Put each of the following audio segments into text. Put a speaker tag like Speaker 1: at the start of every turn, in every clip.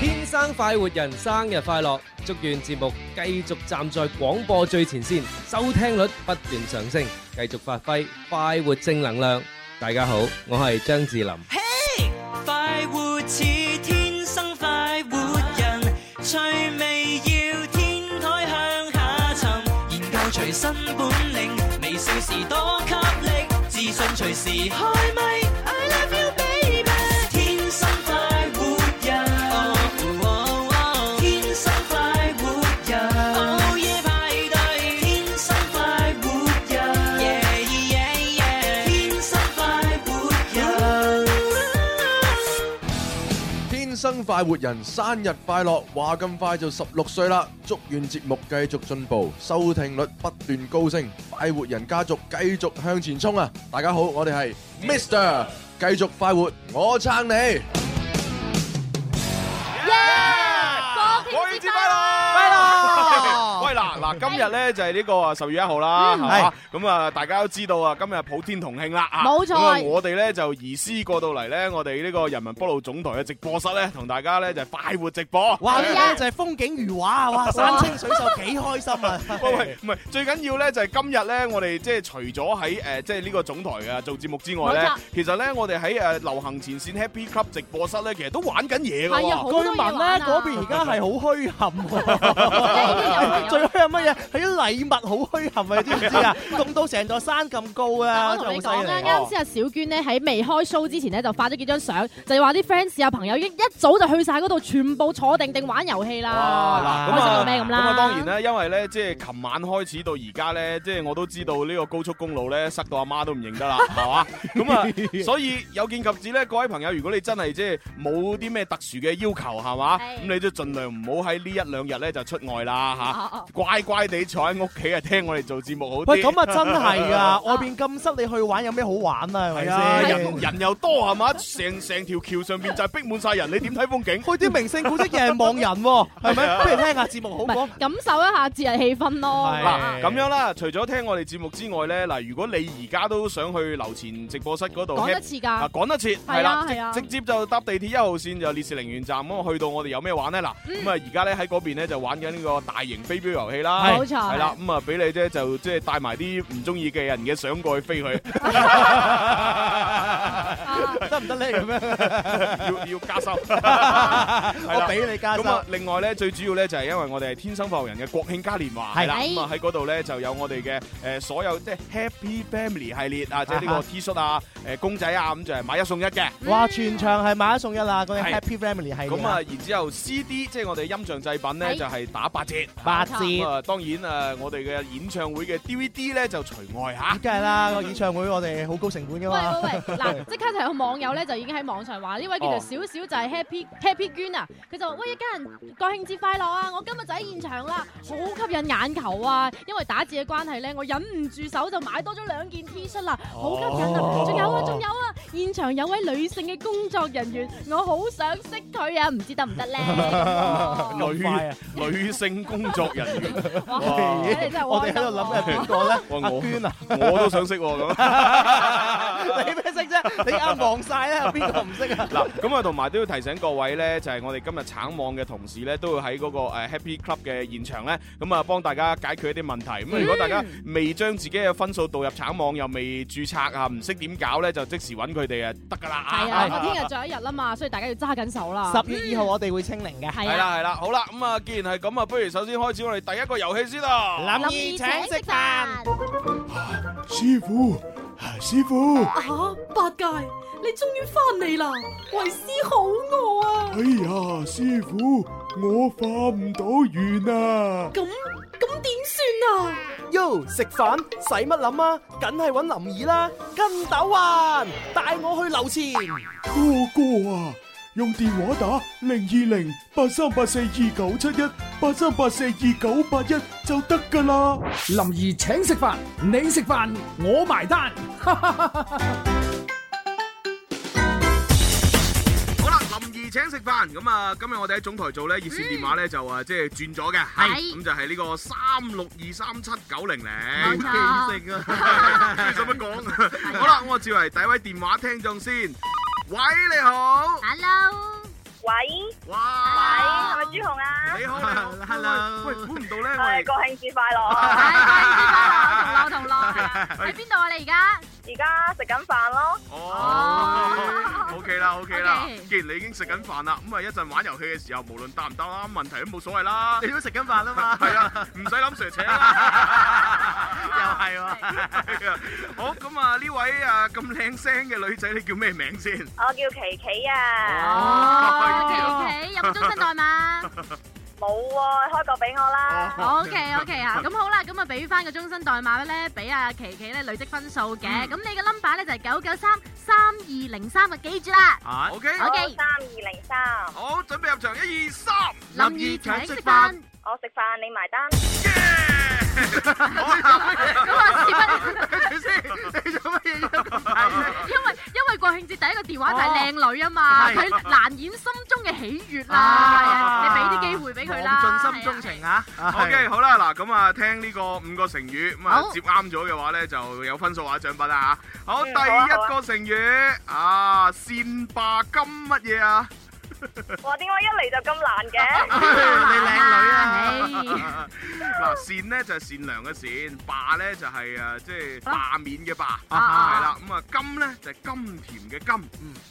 Speaker 1: 天生快活人生日快樂！祝願節目繼續站在廣播最前線，收聽率不斷上升，繼續發揮快活正能量。大家好，我係張智霖。
Speaker 2: 快活似天生快活人，趣味要天台向下沉，研究隨身本領，微笑時多給力，自信隨時開咪。I love you baby，天生快活人，哦哦天生快活人，哦耶派對，天生快活人，耶耶耶，天生快活人。
Speaker 3: 天生快活人生日快樂！話咁快就十六歲啦，祝願節目繼續進步，收聽率不斷高升，快活人家族繼續向前衝啊！大家好，我哋係 Mr. 繼續快活，我撐你。
Speaker 4: 喂嗱嗱，今日咧就係呢個啊十月一號啦，係嘛？咁啊，大家都知道啊，今日普天同慶啦啊！
Speaker 5: 冇錯
Speaker 4: 咁啊我哋咧就移師過到嚟咧，我哋呢個人民北路總台嘅直播室咧，同大家咧就係快活直播。
Speaker 6: 哇！呢啲就係風景如畫啊！哇，山清水秀，幾開心 啊！
Speaker 4: 喂喂，唔係最緊要咧，就係今日咧，我哋即係除咗喺誒即係呢個總台啊做節目之外咧
Speaker 5: 冇錯，
Speaker 4: 其實咧我哋喺誒流行前線 Happy Club 直播室咧，其實都玩緊嘢㗎
Speaker 5: 係啊
Speaker 4: 喎
Speaker 5: 好。
Speaker 6: 據
Speaker 5: 多
Speaker 6: 聞
Speaker 5: 嘢玩啊
Speaker 6: 咧，嗰邊而家係好虛 冚
Speaker 5: 有有
Speaker 6: 喎，
Speaker 5: 有
Speaker 6: 最虛冚乜嘢？係啲禮物好虛冚啊！你知唔知 啊？凍到成座山咁高啊！
Speaker 5: 我同你
Speaker 6: 真係
Speaker 5: 講
Speaker 6: 好犀
Speaker 5: 咧，
Speaker 6: 利
Speaker 5: 啱先阿小娟咧喺未開 show 之前咧就發咗幾張相，就係話啲 fans 啊朋友已經一早就去晒嗰度，全部坐定定玩遊戲啦，
Speaker 4: 嗱
Speaker 5: 開啊
Speaker 4: 咁
Speaker 5: 心
Speaker 4: 啊
Speaker 5: 到咩咁
Speaker 4: 咁啊，
Speaker 5: 啦？
Speaker 4: 當然啦，因為咧，即係琴晚開始到而家咧，即係我都知道呢個高速公路咧塞到阿媽都唔認 得啦，係嘛？咁啊，所以有見及此咧，各位朋友，如果你真係即係冇啲咩特殊嘅要求，係嘛？
Speaker 5: 係
Speaker 4: 咁你都盡量唔好喺呢一兩日咧就出外
Speaker 5: 哦
Speaker 4: 啦
Speaker 5: 哦
Speaker 4: 嚇，乖乖地坐喺屋企啊，聽我哋做節目好啲。
Speaker 6: 喂，咁啊真係 啊！外邊咁濕，你去玩有咩好玩啊？係
Speaker 4: 係啊，
Speaker 6: 咪
Speaker 4: 人
Speaker 6: 先？
Speaker 4: 人又多係嘛？成成條橋上邊就係逼滿晒人，你點睇風景？啊
Speaker 6: 去啲明星古蹟又係望人喎，係咪？不如聽下節目好
Speaker 5: 唔
Speaker 6: 唔好
Speaker 5: 係？感受一下節日氣氛咯。
Speaker 6: 係
Speaker 4: 嗱，咁樣啦，除咗聽我哋節目之外咧，嗱，如果你而家都想去樓前直播室嗰度
Speaker 5: 講一
Speaker 4: happy-
Speaker 5: 次
Speaker 4: 啊
Speaker 5: 㗎，
Speaker 4: 趕得切，係
Speaker 5: 係
Speaker 4: 啦
Speaker 5: 啊，係啊
Speaker 4: 直直接就搭地鐵一號線就烈士陵園站咁啊，去到我哋有咩玩咧？嗱，
Speaker 5: 嗯
Speaker 4: 咁啊而家咧喺嗰邊咧就玩緊呢個大型飛鏢遊戲啦，
Speaker 5: 係冇錯
Speaker 4: 係啦，咁啊俾你啫就即係帶埋啲唔中意嘅人嘅相過去飛佢，
Speaker 5: 啊
Speaker 6: 得唔得咧？咁樣
Speaker 4: 要要 加收。係啦
Speaker 6: 我俾你加
Speaker 4: 咁
Speaker 6: 薪。
Speaker 4: 啊，另外咧，最主要咧就係因為我哋係天生快活人嘅國慶嘉年華，
Speaker 6: 係
Speaker 4: 係啦，
Speaker 5: 係
Speaker 4: 咁啊喺嗰度咧就有我哋嘅誒所有即係 Happy Family 系列啊，即係呢
Speaker 6: 啊
Speaker 4: 個
Speaker 6: 哈
Speaker 4: T 恤啊、誒公仔啊，咁就係買一送一嘅。
Speaker 6: 哇！全場係買一送一啦，嗰啲
Speaker 4: 係
Speaker 6: Happy Family 係
Speaker 4: 咁啊，然之後 CD 即係我哋音像製品咧
Speaker 5: 係
Speaker 4: 就係打八折。
Speaker 6: 八折，
Speaker 4: 咁
Speaker 6: 咁
Speaker 4: 啊，當然誒，我哋嘅演唱會嘅 DVD 咧就除外嚇。
Speaker 6: 梗係啦，個演唱會我哋好高成本
Speaker 5: 喂
Speaker 6: 噶嘛。
Speaker 5: 喂喂， 嗱，即刻就有網友咧就已經喺網上話呢位
Speaker 6: 哦
Speaker 5: 叫做小小就係 Happy Happy 娟啊，佢就話喂一家人國慶節快樂啊！我今日就喺現場啦，好吸引眼球啊！因為打字嘅關係咧，我忍唔住手就買多咗兩件 T 恤啦，
Speaker 6: 哦
Speaker 5: 好吸引啊！仲有啊，仲有啊，現場有位女性嘅工作人員，我好想識佢啊，唔知得唔得咧？ 咁
Speaker 4: 女
Speaker 6: 快啊
Speaker 4: 女性工作人員，
Speaker 5: 喎哇
Speaker 4: 哇
Speaker 5: 睇嚟真係
Speaker 6: 我哋喺度諗係邊個咧？
Speaker 4: 哇
Speaker 6: 阿
Speaker 4: 我
Speaker 6: 娟啊，
Speaker 4: 我都想識喎咁。
Speaker 6: 你咩識啫？你啱望晒 咧，邊個唔識啊？
Speaker 4: 嗱，咁啊，同埋都要提醒各位咧，就係、我哋今日橙網嘅同事咧，都會喺嗰個呃 Happy Club 嘅現場咧，咁啊幫大家解決一啲問題。咁如果大家未將自己嘅分數導入橙網，又未註冊啊，唔識點搞咧，就即時揾佢哋啊，得㗎啦。
Speaker 5: 係啊，我聽日仲有一日啦嘛，所以大家要揸緊手啦。
Speaker 6: 哎十月二號我哋會清零嘅。
Speaker 5: 係
Speaker 4: 係
Speaker 5: 啊，
Speaker 4: 啦係啦，好啦，咁啊，既然係咁啊，不如首先開始我哋第一個遊戲先啦。
Speaker 6: 林
Speaker 5: 意
Speaker 6: 怡請食飯，
Speaker 4: 師傅，師傅，
Speaker 7: 啊，八戒，你終於翻嚟啦！為師好餓啊！
Speaker 4: 哎呀，師傅，我化唔到完啊！
Speaker 7: 咁咁點算啊？
Speaker 6: 喲食飯使乜諗啊？梗係揾林怡啦，筋斗雲帶我去樓前。
Speaker 8: 哥哥啊，用電話打零二零八三八四二九七一八三八四二九八一就得噶啦。林兒請食飯，你食飯我埋單。
Speaker 4: 好啦，林兒請食飯。咁啊，今日我哋喺總台做咧熱線電話咧就啊，即係轉咗嘅，係咁就係呢個三六二三七九零零。
Speaker 6: 記性啊！
Speaker 4: 使乜講？好啦，我照嚟第一位電話聽眾先。喂，你好。Hello。
Speaker 9: 喂，
Speaker 4: 哇
Speaker 9: 喂，係咪朱紅啊？
Speaker 4: 你好，你好，hello，喂，估唔 到
Speaker 10: 哎
Speaker 4: 咧，我
Speaker 9: 係
Speaker 4: 哋
Speaker 9: 國慶節快樂！
Speaker 5: 係，同樂同樂 係啊！喺邊度啊？你而家
Speaker 9: 而家食緊飯咯，
Speaker 4: 哦，OK 啦，OK 啦
Speaker 5: OK，
Speaker 4: 既然你已經食緊飯啦，咁啊一陣玩遊戲嘅時候，無論答唔答啦，問題都冇所謂啦，
Speaker 6: 都食緊飯啦嘛
Speaker 4: 係啊，唔使諗 Sir 請啦。
Speaker 6: 又係喎。
Speaker 4: 係啊好，咁啊呢位啊咁靚聲嘅女仔，你叫咩名先？
Speaker 9: 我叫琪琪啊，
Speaker 5: 哦，K K 有冇終身代碼
Speaker 9: 冇喎，開個俾我啦。
Speaker 5: ？O K O K 啊，咁好啦，咁啊俾翻個終身代碼咧，俾阿琪琪咧累積分數嘅，咁你嘅 number 咧就係九九三三二零三啊，記住啦。
Speaker 6: 啊
Speaker 4: OK，
Speaker 5: 好嘅
Speaker 9: 三二零三，
Speaker 4: 好，準備入場，一二三。
Speaker 5: 林怡請食飯，
Speaker 9: 我食飯你埋 單。
Speaker 5: 咁啊，事不
Speaker 6: 你先，你做乜嘢要咁大聲？
Speaker 5: 因為因為國慶節第一個電話就係靚女啊嘛，
Speaker 6: 係
Speaker 5: 佢難掩心中嘅喜悅
Speaker 6: À.
Speaker 5: 啦，
Speaker 6: 啊
Speaker 5: 你俾啲機會俾佢啦，
Speaker 6: 講盡心中情啊
Speaker 4: OK，好啦，嗱咁啊，聽呢個五個成語，咁啊
Speaker 5: 好
Speaker 4: 接啱咗嘅話咧，就有分數或者獎品啦吓。好，第
Speaker 9: 嗯好啊好啊
Speaker 4: 一個成語啊，善霸金乜嘢啊？
Speaker 9: 哇，點解一嚟就咁難 嘅？
Speaker 5: 係啊，
Speaker 4: 你
Speaker 5: 你靚女啊，
Speaker 4: 嗱，善咧就係善良嘅善，霸咧就係誒即係
Speaker 5: 好啦
Speaker 4: 罷免嘅罷，
Speaker 5: 啊啊
Speaker 4: 係啦。咁啊，金咧就係甘甜嘅甘，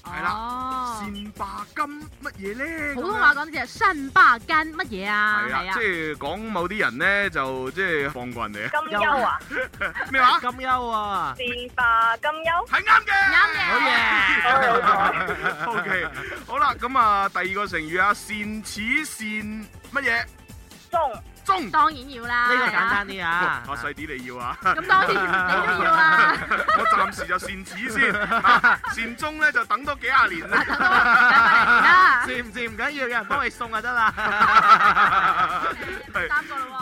Speaker 4: 係啦
Speaker 5: 啦
Speaker 4: 善霸金乜嘢咧？
Speaker 5: 哦普
Speaker 4: 咁
Speaker 5: 通
Speaker 4: 樣
Speaker 5: 話講就係身巴筋乜嘢啊？
Speaker 4: 係啊，即係講某啲人咧就即係放過人哋啊。
Speaker 9: 金優啊，
Speaker 4: 咩話？
Speaker 6: 咁優啊！
Speaker 9: 善霸金優，
Speaker 4: 係啱嘅。
Speaker 5: 啱嘅好
Speaker 9: 嘢好
Speaker 4: O K，好啦，咁啊，第二個成語啊，善始善乜嘢
Speaker 9: 中
Speaker 4: 忠？
Speaker 5: 當然要啦，
Speaker 6: 呢個簡單啲啊
Speaker 4: 啊，，細啲你要啊，
Speaker 5: 咁當然你都要啊，
Speaker 4: 我暫時就善始先，啊善終咧就等多幾廿年啦。
Speaker 5: 啊，
Speaker 6: 知唔知唔緊要，有人幫你送就得啦。
Speaker 5: 三個啦
Speaker 4: 係第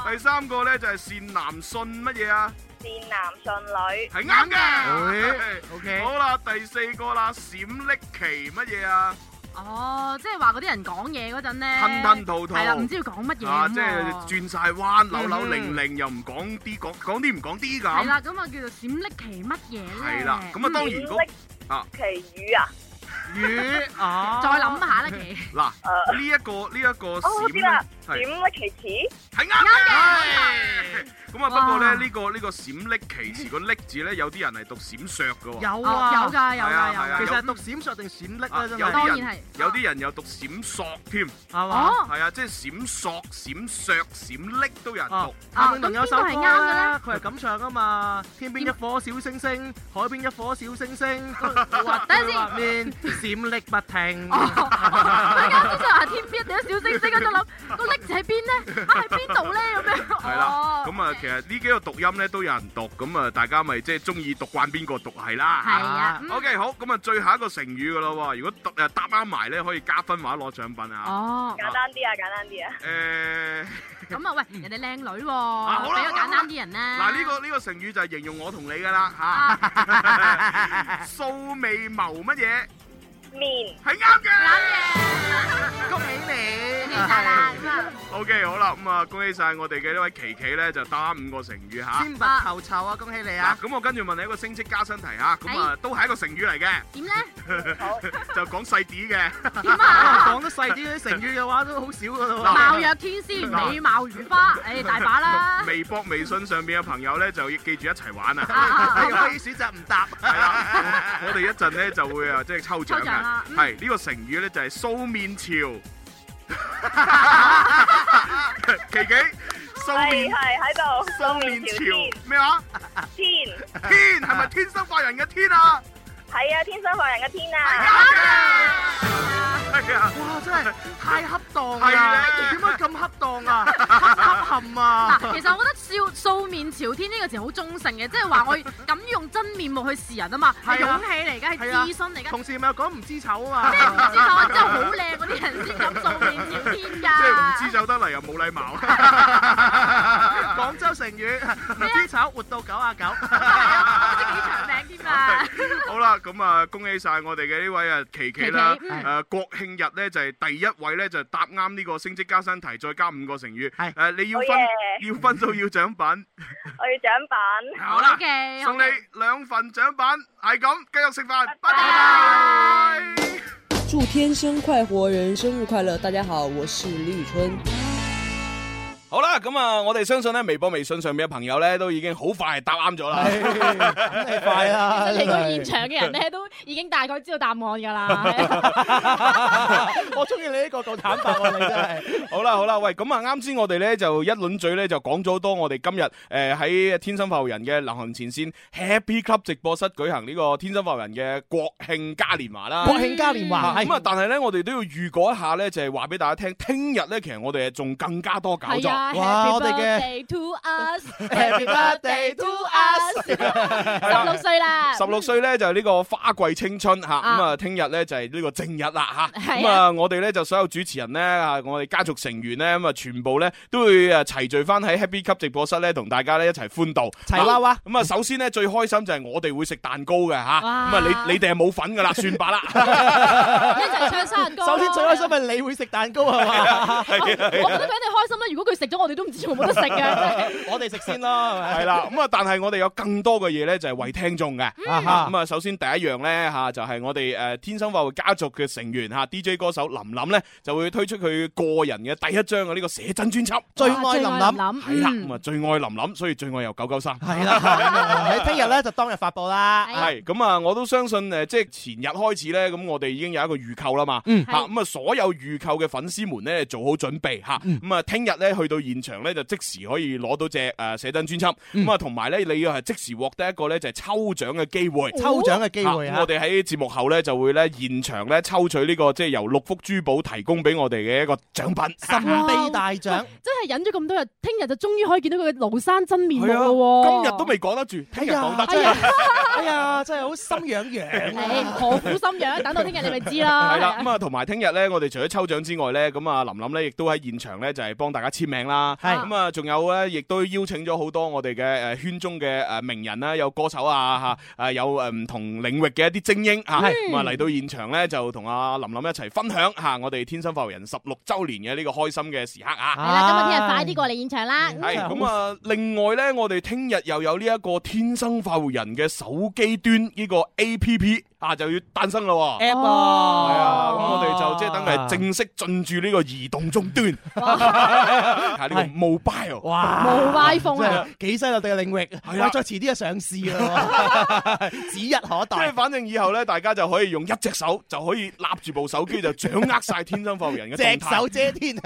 Speaker 5: 喎，
Speaker 4: 三個咧就係善男信乜嘢啊？
Speaker 9: 善男信女，
Speaker 4: 係啱
Speaker 6: 啱
Speaker 4: 嘅。
Speaker 6: OK，
Speaker 4: 好啦，第四個啦，閃匿其乜嘢啊？
Speaker 5: 哦，即係話嗰啲人講嘢嗰陣咧，
Speaker 4: 吞吞吐吐。
Speaker 5: 係啦，唔知要講乜嘢
Speaker 4: 啊，
Speaker 5: 咁
Speaker 4: 即係
Speaker 5: 喎
Speaker 4: 轉晒彎，扭扭零零，又唔講啲講講啲唔講
Speaker 5: 係
Speaker 4: 啲咁。
Speaker 5: 啦，咁啊叫做閃匿其乜嘢咧？
Speaker 4: 係啦，咁啊當然嗰
Speaker 9: 閃
Speaker 4: 啊
Speaker 9: 匿其語啊，
Speaker 6: 魚 哦，
Speaker 5: 啊再諗下啦，其
Speaker 4: 嗱
Speaker 9: 誒，
Speaker 4: 呢一個呢一個
Speaker 9: 哦我
Speaker 4: 閃
Speaker 9: 知啦
Speaker 4: 咧係
Speaker 9: 閃匿其詞，
Speaker 4: 係啱
Speaker 5: 啱嘅
Speaker 4: 嘅。咁啊不
Speaker 5: 哇
Speaker 4: 過咧呢個呢個閃匿其詞個匿字咧有啲人係讀閃爍嘅喎。
Speaker 6: 有
Speaker 5: 哦
Speaker 6: 啊，
Speaker 5: 有㗎有
Speaker 4: 係啊係
Speaker 5: 㗎
Speaker 4: 啊
Speaker 6: 其
Speaker 5: 有
Speaker 6: 實係讀閃烁定閃匿
Speaker 4: 啊
Speaker 6: 啦，
Speaker 4: 有
Speaker 5: 當
Speaker 6: 真係
Speaker 4: 啲
Speaker 5: 然
Speaker 4: 人
Speaker 5: 係
Speaker 4: 有啲人又讀閃索添，
Speaker 6: 係嘛？
Speaker 5: 哦，
Speaker 4: 係啊，即係閃索、閃爍、閃匿都有人讀
Speaker 6: 哦。，
Speaker 5: 啊
Speaker 6: 阿明有首歌
Speaker 5: 咁邊個係啱嘅咧
Speaker 6: 咧，佢係咁唱啊嘛，天邊一顆小星星，海邊一顆小星 星，畫
Speaker 5: 等陣先
Speaker 6: 畫面閃匿不停。
Speaker 5: 大家好似話天邊一定有小星星啊喺度諗個匿字喺邊咧？啊喺邊度咧咁樣？
Speaker 4: 係
Speaker 5: 哦
Speaker 4: 啦，咁啊，其實呢幾個讀音咧都有人讀，咁啊，大家咪即係中意讀慣邊個讀係啦。
Speaker 5: 係啊，
Speaker 4: O K，好，咁啊，最後一個成語噶啦喎，如果答誒答啱埋咧，可以加分或者攞獎品啊。呃
Speaker 5: 哦，
Speaker 9: 簡單啲啊，簡單啲啊，
Speaker 4: 誒，
Speaker 5: 咁啊喂，人哋靚女
Speaker 6: 啊
Speaker 4: 好
Speaker 5: 喎，
Speaker 4: 啦
Speaker 5: 比較簡單啲人啦。
Speaker 4: 嗱呢個呢個成語就係形容我同你噶啦
Speaker 5: 啊
Speaker 4: 嚇， 素未謀乜嘢
Speaker 9: 面
Speaker 4: 係啱
Speaker 5: 啱
Speaker 4: 嘅。
Speaker 5: 嘅，
Speaker 6: 恭喜你，
Speaker 5: 恭喜晒啦咁啊！
Speaker 4: O K，好啦，咁啊，恭喜晒我哋嘅呢位琪琪咧，就答啱五個成語嚇。
Speaker 6: 先拔頭籌啊！恭喜你
Speaker 4: 嗱，
Speaker 6: 啊！
Speaker 4: 咁我跟住問你一個升職加薪題嚇，咁啊都係一個成語嚟嘅，
Speaker 5: 點咧？
Speaker 9: 好，
Speaker 4: 就講細啲嘅。
Speaker 5: 點啊？
Speaker 6: 講得細啲啲成語嘅話都好少噶咯
Speaker 5: 貌若天仙，美貌如 花，誒大 把啦。
Speaker 4: 微博、微信上面嘅朋友咧，就要記住一齊玩啊！
Speaker 5: 啊
Speaker 6: 喎，可以選擇唔答。
Speaker 4: 係啦，我哋一陣咧就會啊，即係抽獎
Speaker 5: 抽獎啦
Speaker 4: 嘅。
Speaker 5: 嗯
Speaker 4: 係呢個成語咧就係素面朝， 琪琪素
Speaker 9: 係
Speaker 4: 面
Speaker 9: 係喺度，
Speaker 4: 素面朝咩話？
Speaker 9: 天，
Speaker 4: 天係
Speaker 6: 啊
Speaker 4: 咪天生化人嘅天啊？
Speaker 9: 係啊，天生發人嘅天
Speaker 4: 係
Speaker 9: 啊，
Speaker 4: 啱嘅，係啊，
Speaker 6: 哇！真係太恰當
Speaker 4: 係
Speaker 6: 啦
Speaker 4: 咧，
Speaker 6: 點解咁恰當啊？恰恰含啊！
Speaker 5: 嗱，其實我覺得笑素面朝天呢個詞好中性嘅，即係話我 敢用真面目去示人啊嘛，係
Speaker 6: 係啊
Speaker 5: 勇氣嚟㗎，
Speaker 6: 係啊
Speaker 5: 係自信嚟㗎。
Speaker 6: 同事咪有講唔知醜
Speaker 5: 咩唔
Speaker 6: 啊
Speaker 5: 知醜真係好靚嗰啲人先敢素面朝天
Speaker 4: 即係唔知
Speaker 5: 㗎。
Speaker 4: 走得嚟又冇禮貌。
Speaker 6: 嘛？廣州成語唔知醜活到九啊九。
Speaker 5: 係啊，即係幾長命添啊！
Speaker 4: 好啦，咁啊，恭喜晒我哋嘅呢位啊琪琪啦！
Speaker 5: 琪琪嗯
Speaker 4: 誒，國慶日咧就係第一位咧就答啱呢個升職加薪題，再加五個成語。
Speaker 6: 係
Speaker 4: 誒，你要分
Speaker 9: 好嘢
Speaker 4: 要分數要獎品。
Speaker 9: 我要獎品。
Speaker 4: 好啦，
Speaker 5: 嘅，
Speaker 4: 送你兩份獎品，係咁，繼續食飯，拜
Speaker 9: 拜
Speaker 4: 拜。
Speaker 11: 祝天生快活人生日快乐！大家好，我是李宇春。
Speaker 4: 好啦，咁啊，我哋相信咧，微博、微信上面嘅朋友咧，都已經好快答啱咗 啦。係
Speaker 6: 快
Speaker 5: 其實嚟
Speaker 6: 啊
Speaker 5: 到啊現場嘅 人咧，都已經大概知道答案㗎啦。
Speaker 6: 我中意你呢個夠坦白喎，你真係。
Speaker 4: 好啦好啦，喂，咁啊啱先我哋咧就一輪嘴咧就講咗好多我哋今日誒喺天生浮人嘅流行前線 Happy Club 直播室舉行呢個天生浮人嘅國慶嘉年華啦。
Speaker 6: 國慶嘉年華
Speaker 4: 啊
Speaker 6: 係
Speaker 4: 咁啊，但係咧我哋都要預告一下咧，就係話俾大家聽，聽日咧其實我哋仲更加多搞
Speaker 5: 係
Speaker 4: 作。
Speaker 5: 啊
Speaker 6: 哇
Speaker 5: ，Happy
Speaker 6: 我哋嘅
Speaker 5: birthday to us，Happy
Speaker 6: Happy birthday to us
Speaker 5: 十六歲啦，
Speaker 4: 十六歲咧就係呢個花季青春嚇，
Speaker 5: 嗯
Speaker 4: 咁
Speaker 5: 啊
Speaker 4: 啊聽日咧就係呢個正日啦嚇，
Speaker 5: 係啊
Speaker 4: 咁啊我哋咧就所有主持人咧啊，我哋家族成員咧咁啊全部咧都會誒齊聚翻喺 Happy Cup 直播室咧，同大家咧一齊歡度
Speaker 6: 齊娃娃
Speaker 4: 咁啊首先咧最開心就係我哋會食蛋糕嘅嚇，咁
Speaker 5: 哇
Speaker 4: 啊你你哋係冇份噶啦，算 吧啦，
Speaker 5: 一齊唱生日歌。
Speaker 6: 首先最開心。係你會食蛋糕 係
Speaker 4: 啊
Speaker 6: 嘛？
Speaker 5: 我覺得佢一定開心啦！如果佢食咗，我哋都唔知有冇得食嘅。
Speaker 6: 我哋食先啦，係 咪？
Speaker 4: 係啦，咁啊但係我哋有更多嘅嘢咧就係為聽眾嘅。
Speaker 6: 啊哈
Speaker 4: 咁啊，首先第一樣咧嚇，就係我哋誒天生快活家族嘅成員嚇 DJ 歌手林林咧，就會推出佢個人嘅第一張嘅呢個寫真專輯。
Speaker 6: 最愛琳琳。
Speaker 4: 係啦，
Speaker 5: 琳
Speaker 4: 咁啊最愛林林，所以最愛有九九三。
Speaker 6: 係啦，你聽日咧就當日發布啦。
Speaker 5: 係
Speaker 4: 係咁啊，我都相信誒，即係前日開始咧，咁我哋已經有一個預購啦嘛。
Speaker 6: 嗯
Speaker 4: 嚇咁啊，所有預購嘅粉絲們咧，做好準備嚇。咁啊，聽日咧去到現場咧，就即時可以攞到隻誒寫真專輯。
Speaker 6: 嗯
Speaker 4: 咁啊，同埋咧，你要係即時獲得一個咧就係抽獎嘅機會。
Speaker 6: 哦抽獎嘅機會
Speaker 4: 啊咁
Speaker 6: 啊
Speaker 4: 我！哋喺節目後咧就會咧現場咧抽取呢個即係由六福珠寶提供俾我哋嘅一個獎品。
Speaker 6: 神秘大獎，
Speaker 5: 真係忍咗咁多日，聽日就終於可以見到佢嘅廬山真面目
Speaker 4: 係
Speaker 5: 啦
Speaker 4: 啊
Speaker 5: 喎！
Speaker 4: 今日都未講得住，聽日講得。
Speaker 5: 哎呀，
Speaker 6: 哎呀，真係好心癢癢
Speaker 5: 唉
Speaker 6: 啊！
Speaker 5: 何苦心樣？等到聽日你咪知啦。
Speaker 4: 係啦，咁啊，同埋聽日咧，我哋除咗抽獎之外咧，咁啊，林林咧亦都喺現場咧，就係幫大家簽名啦。
Speaker 6: 係
Speaker 4: 咁啊，仲有咧，亦都邀請咗好多我哋嘅誒圈中嘅誒名人啦，有歌手啊
Speaker 5: 嗯
Speaker 4: 嚇，誒有誒唔同領域嘅一啲精英嚇，
Speaker 6: 係
Speaker 4: 咁啊嚟到現場咧，就同阿林林一齊分享嚇我哋天生發育人十六週年嘅呢個開心嘅時刻啊！
Speaker 5: 係啦，咁啊，聽日快啲過嚟現場啦。
Speaker 6: 嗯
Speaker 4: 系咁啊！另外咧，我哋聽日又有呢一個天生快活人嘅手機端呢個 A P P 啊，就要誕生啦喎！
Speaker 6: app
Speaker 4: 係啊，
Speaker 6: 啊！
Speaker 4: 咁我哋
Speaker 5: 哦
Speaker 4: 就即係等佢正式進駐呢個移動終端，係呢個
Speaker 6: 係
Speaker 4: mobile。
Speaker 6: 哇！
Speaker 5: 冇 iPhone 啊！
Speaker 6: 真係幾犀利我哋嘅領域，
Speaker 4: 係
Speaker 6: 係
Speaker 4: 啦
Speaker 6: 啦，再遲啲就上市 啦喎，指日可
Speaker 4: 即係
Speaker 6: 待。
Speaker 4: 反正以後咧，大家就可以用一隻手就可以立住部手機，就掌握晒天生快活人嘅動態
Speaker 6: 隻手遮天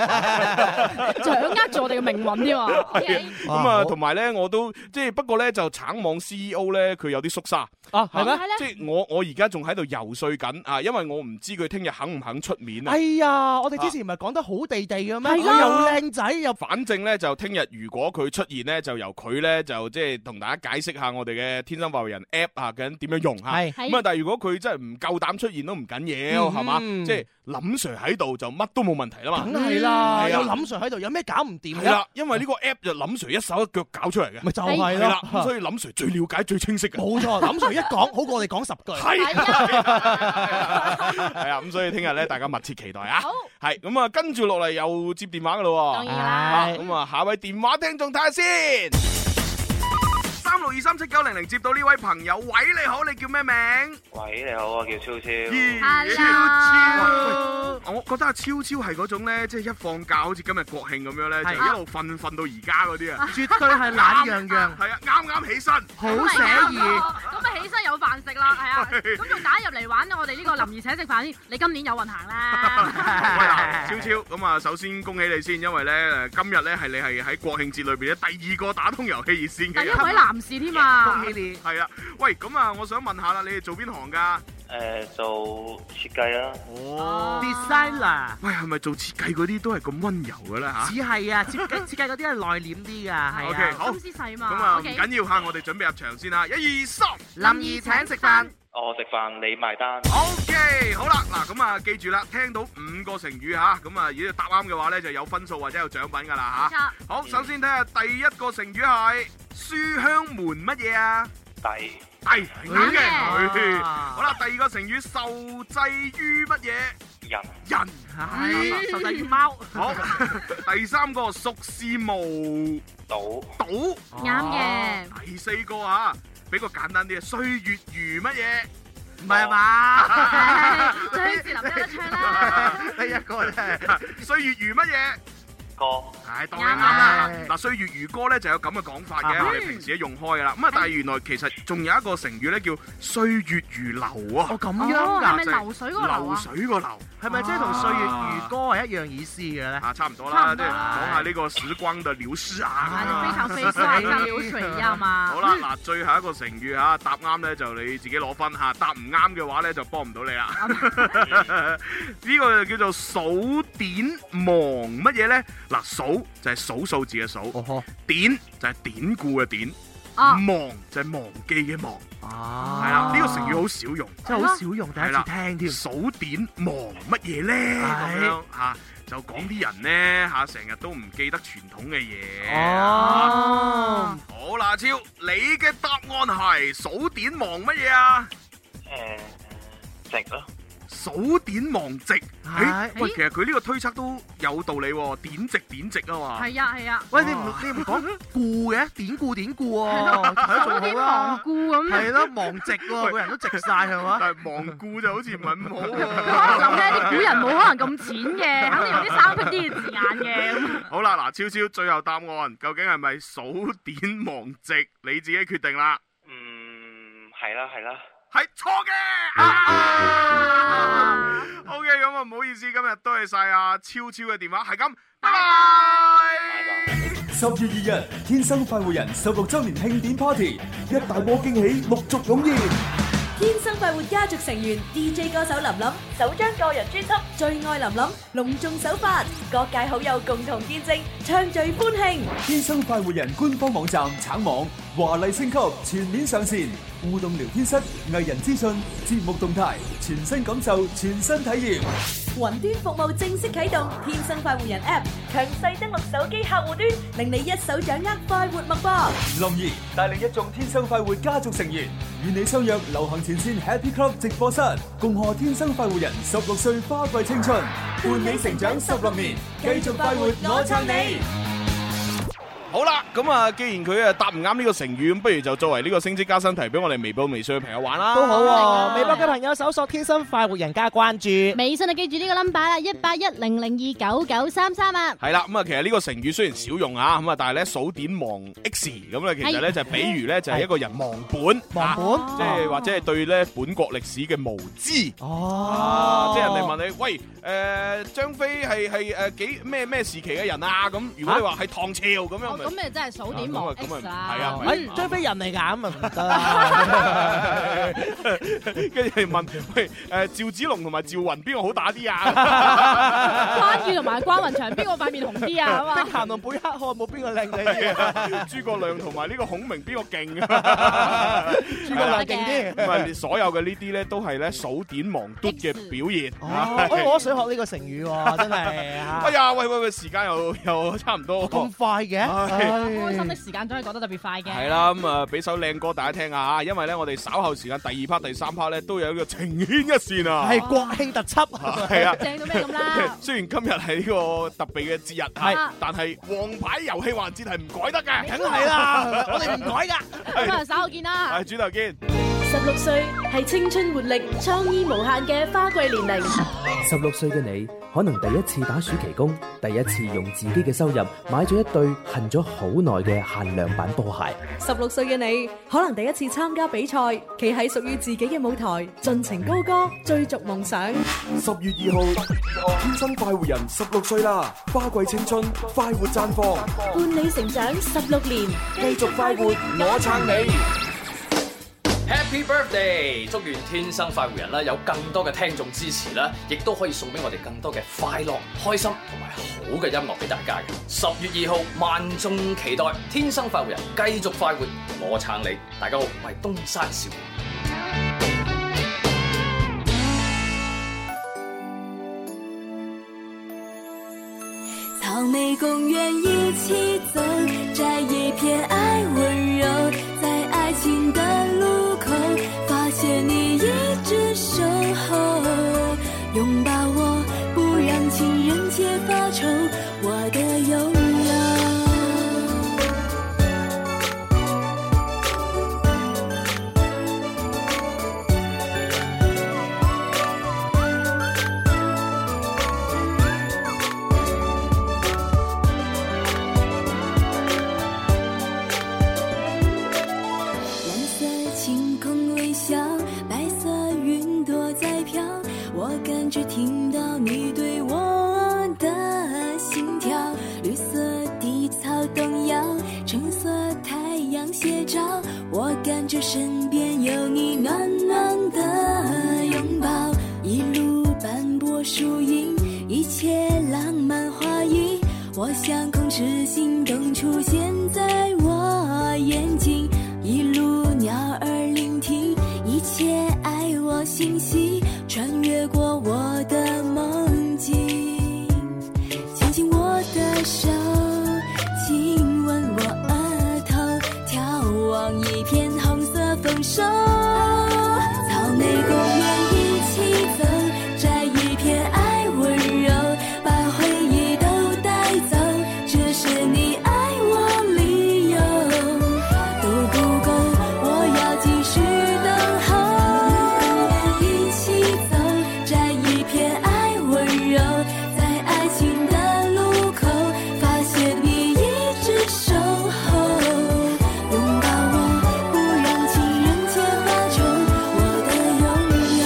Speaker 5: 掌握住我哋嘅命運添啊！OK，
Speaker 4: 咁啊，同埋咧，我都即係不過咧，就橙網 CEO 咧，佢有啲縮沙，
Speaker 6: 啊，係
Speaker 5: 點
Speaker 6: 咩？
Speaker 5: 解咧？
Speaker 4: 即係我我而家仲喺度游說緊啊，因為我唔知佢聽日肯唔肯出面啊
Speaker 6: 哎。呀，我哋之前唔係講得好地地嘅咩？
Speaker 5: 係啦
Speaker 6: 又靚仔又
Speaker 4: 反正咧就聽日如果佢出現咧，就由佢咧就即係同大家解釋下我哋嘅天生快活人 App 啊，究竟點樣用吓。
Speaker 6: 係
Speaker 4: 咁啊，但係如果佢真係唔夠膽出現都唔緊要，
Speaker 6: 嗯
Speaker 4: 係嘛？
Speaker 6: 嗯
Speaker 4: 即係林 Sir 喺度就乜都冇問題啦嘛
Speaker 6: 梗。係啦，
Speaker 4: 係啊
Speaker 6: 有林 Sir 喺度，有咩搞唔掂
Speaker 4: 係
Speaker 6: 啫？
Speaker 4: 啦，因為呢個 App 就林 Sir 一手一腳搞出嚟嘅。
Speaker 6: 咪就係
Speaker 4: 係啦，咁
Speaker 6: 啦，
Speaker 4: 所以林 Sir 最 了解最清晰嘅。
Speaker 6: 冇錯，林 Sir 一講好過我哋講十句。
Speaker 4: 係
Speaker 5: 係啊，
Speaker 4: 係啊，咁所以聽日咧大家密切期待啊。
Speaker 5: 好，
Speaker 4: 係咁啊，跟住落嚟又接電話噶咯
Speaker 5: 當
Speaker 4: 喎。
Speaker 5: 然啦。
Speaker 4: 咁啊，下位電話聽眾睇下先。三六二三七九零零接到呢位朋友，喂，你好，你叫咩名？
Speaker 12: 喂，你好，我叫超超。
Speaker 13: 예,
Speaker 5: Hello
Speaker 4: 超超，我覺得阿超超係嗰種咧，即係一放假好似今日國慶咁樣咧，
Speaker 6: 係
Speaker 4: 就一路瞓瞓到而家嗰啲啊，
Speaker 6: 絕對係懶洋洋，
Speaker 4: 係啊，啱啱起身，
Speaker 6: 好
Speaker 5: 咁咪
Speaker 6: 寫
Speaker 5: 啱
Speaker 6: 意。
Speaker 5: 咯咁咪起身有飯食啦，係啊，咁仲打入嚟玩我哋呢個林兒請食飯添，你今年有運行 啦。
Speaker 4: 喂嗱，超超，咁啊，首先恭喜你先，因為咧，誒今日咧係你係喺國慶節裏邊咧第二個打通遊戲熱線
Speaker 5: 第
Speaker 4: 嘅
Speaker 5: 一
Speaker 4: 人，
Speaker 5: 位男士添啊，
Speaker 6: 恭喜你！
Speaker 4: 係啊，喂，咁啊，我想問下啦，你哋做邊行㗎？
Speaker 12: 诶、做設計啦。
Speaker 6: 어.
Speaker 5: 哦
Speaker 6: designer
Speaker 4: 喂，係咪做設計嗰啲都係咁温柔嘅咧嚇
Speaker 6: 只係啊，設計設計嗰啲係內斂啲㗎，係啊。
Speaker 4: ？OK，好，
Speaker 5: 心思細
Speaker 4: 咁
Speaker 5: 嘛
Speaker 4: 啊，唔
Speaker 5: OK
Speaker 4: 緊要嚇，我哋準備入場先嚇，一二三。
Speaker 6: 林怡請食飯。
Speaker 12: 我食飯，你埋單。
Speaker 4: OK，好啦，嗱咁啊，記住啦，聽到五個成語吓，咁啊，如果答啱嘅話咧，就有分數或者有獎品噶啦吓。好，首先睇下第一個成語係書香門乜嘢啊？
Speaker 12: 抵
Speaker 4: 係佢嘅
Speaker 5: 啱
Speaker 4: 佢。
Speaker 6: 啊
Speaker 4: 好啦，第二個成語受制於乜嘢？
Speaker 12: 人
Speaker 4: 人。
Speaker 6: Dạ. 係，實際於貓。
Speaker 4: 好， 第三個熟視無
Speaker 12: 賭
Speaker 4: 睹。
Speaker 5: 啱嘅，
Speaker 4: 第四個啊，俾個簡單啲啊，歲月如乜嘢？唔 係嘛？
Speaker 5: 張智霖有得唱
Speaker 4: 啦！呢一個 真係歲月如乜嘢？
Speaker 14: 歌
Speaker 4: 唉，當然啱啦。嗱，歲月如歌咧就有咁嘅講法嘅，我哋平時都用開噶啦。咁啊，但係原來其實仲有一個成語咧叫歲月如流啊。哦，咁
Speaker 6: 樣㗎哦係咪流水嗰個流啊
Speaker 4: 流水個流，
Speaker 6: 係咪即係同歲月如歌係一樣意思嘅咧？
Speaker 4: 啊，差唔多
Speaker 6: 差
Speaker 4: 啦，
Speaker 6: 唔
Speaker 4: 即
Speaker 6: 多
Speaker 4: 係講下呢個時光嘅流逝啊。咁樣啊
Speaker 5: 非常 非常流水啊嘛。
Speaker 4: 好
Speaker 6: 嗯
Speaker 4: 啦，嗱，最後一個成語嚇，答啱咧就你自己攞分嚇，答唔啱嘅話咧就幫唔到你啦。
Speaker 6: 啊
Speaker 4: 呢個就叫做數典忘乜嘢咧？嗱，數就係數數字嘅數，典就係典故嘅典，
Speaker 6: 啊
Speaker 4: 忘就係忘記嘅忘。
Speaker 6: 哦
Speaker 4: 係啦，呢個成語好少用，
Speaker 6: 真係好少用，第一
Speaker 4: 係
Speaker 6: 次
Speaker 4: 啦
Speaker 6: 聽添。
Speaker 4: 數典忘乜嘢咧？咁樣嚇。就講啲人呢，嚇，成日都唔記得傳統嘅嘢。
Speaker 6: 哦
Speaker 4: 好啦，超，你嘅答案係數典忘乜嘢啊？
Speaker 14: 诶，呃值咯，
Speaker 4: 數典忘值。哎
Speaker 5: 哎
Speaker 6: 係
Speaker 4: 誒喂，其實佢呢個推測都有道理喎，典籍典籍啊
Speaker 5: 嗯
Speaker 4: 嘛。
Speaker 6: 係啊係啊。喂，你唔你唔講故嘅典故典故喎，睇仲好啦。
Speaker 5: 故
Speaker 6: 咁係咯忘直 喎個人都直晒係嘛
Speaker 4: 但係忘故就好似唔係咁好啊
Speaker 5: 可能
Speaker 4: 喎。
Speaker 5: 咧啲古人冇可能咁淺嘅，肯定用啲生僻啲嘅字眼嘅咁。
Speaker 4: 好啦，嗱，超超最後答案究竟係咪數典忘值？你自己決定啦。
Speaker 14: 嗯，系啦系啦。
Speaker 4: 係錯嘅。O K，咁啊，啊唔好意思，今日多謝晒阿超超嘅電話，係咁，拜拜。
Speaker 8: 十月二日，天生快活人十六周年庆典 party，一大波惊喜陆续涌现。
Speaker 15: 天生快活家族成員 DJ 歌手林林首張個人專輯《最愛林林》隆重首發，各界好友共同見證，唱聚歡慶。
Speaker 8: 天生快活人官方網站橙網華麗升級，全面上線，互動聊天室、藝人資訊、節目動態，全新感受，全新體驗。
Speaker 15: 雲端服務正式啟動，天生快活人 App 強勢登錄手機客戶端，令你一手掌握快活脈搏。
Speaker 8: 林怡帶領一眾天生快活家族成員，與你相約流行前線 Happy Club 直播室，共賀天生快活人十六歲花季青春，伴你成長十六年，繼續快活，我撐你。
Speaker 4: 好啦，咁啊，既然佢啊答唔啱呢個成語，咁不如就作為呢個升職加薪題，俾我哋微博、微信嘅朋友玩啦。
Speaker 6: 都好啊喎，微博嘅朋友搜索天生快活人家關注。
Speaker 5: 微信就記住呢個 number 啦，一八一零零二九九三三啊。
Speaker 4: 係啦，咁啊，其實呢個成語雖然少用啊，咁啊，但係咧數典忘 X 咁咧，其實
Speaker 5: 係
Speaker 4: 咧就係比喻咧就係一個人忘本，忘
Speaker 6: 本
Speaker 4: 即係或者係對咧本國歷史嘅無知。
Speaker 13: 어.
Speaker 6: 哦
Speaker 4: 啊，即係人哋問你，喂，誒張飛係係誒幾咩咩時期嘅人啊？咁如果你話係唐朝咁樣，咪
Speaker 5: 哦咁咪真係數典忘 X 啦。
Speaker 4: 係啊， 咪
Speaker 6: 哎，張飛人嚟㗎，咁啊唔得啦。
Speaker 4: 跟住問喂誒趙子龍同埋趙雲邊個好打啲啊？
Speaker 5: 關羽同埋關雲長邊個塊面紅啲 啊？咁啊
Speaker 6: 碧咸同貝克漢冇邊個靚
Speaker 4: 係
Speaker 6: 女？
Speaker 4: 啊諸葛亮同埋呢個孔明 邊個勁啊？
Speaker 6: 諸葛亮勁啲
Speaker 4: 咁啊，所有嘅呢啲咧都係咧數典忘嘟嘅表現。
Speaker 6: 哦我我想學呢個成語 喎，真係啊
Speaker 4: 哎呀，喂喂喂，時間又 又差唔多喎。
Speaker 6: 咁快嘅，
Speaker 5: 開心的
Speaker 6: 唉
Speaker 5: 時間總係過得特別快嘅。
Speaker 4: 系啦，咁啊，俾首靚歌大家聽下啊，因為咧，我哋稍後時間第二 part、第三 part 咧都有呢個情牽一線啊，
Speaker 6: 係國慶特輯，
Speaker 4: 係啊，
Speaker 5: 正到咩咁啦？
Speaker 4: 雖然今日係呢個特別嘅節日，
Speaker 6: 係
Speaker 4: 係，但係王牌遊戲環節係唔改得嘅，
Speaker 6: 梗係啦 我哋唔改
Speaker 5: 咁啊，稍後見啦。
Speaker 4: 係轉頭見。
Speaker 15: 十六歲係青春活力、創意無限嘅花季年齡。
Speaker 16: 十六歲嘅你，可能第一次打暑期工，第一次用自己嘅收入買咗一對恨咗好耐嘅限量版波鞋。
Speaker 15: 十六歲嘅你，可能第一次參加比賽，企喺屬於自己嘅舞台，盡情高歌，追逐夢想。
Speaker 8: 十月二號，天生快活人十六歲啦，花季青春，快活綻放。
Speaker 15: 伴你成長十六年，繼續快活，我撐你。
Speaker 17: Happy birthday！祝願天生快活人啦，有更多嘅聽眾支持啦，亦都可以送俾我哋更多嘅快樂、開心同埋好嘅音樂俾大家嘅。十月二號，萬眾期待，天生快活人繼續快活，我撐你！大家好，我係東山少爺。
Speaker 18: 草莓公园一起走，摘一片爱温柔，在爱情的路口，发现你一直守候。拥抱我，不让情人节发愁，我的拥有。浪漫花语，我想控制心动出现在我眼睛，一路鸟儿聆听，一切爱我信息，穿越过我的梦境，牵起我的手，亲吻我额头，眺望一片红色丰收。草莓公园一起走，摘一片爱温柔，把回忆都带走，这是你爱我理由。都不够，我要继续等候。一起走，摘一片爱温柔，在爱情的路口，发现你一直守候。拥抱我，不让情人节发愁，我的拥有。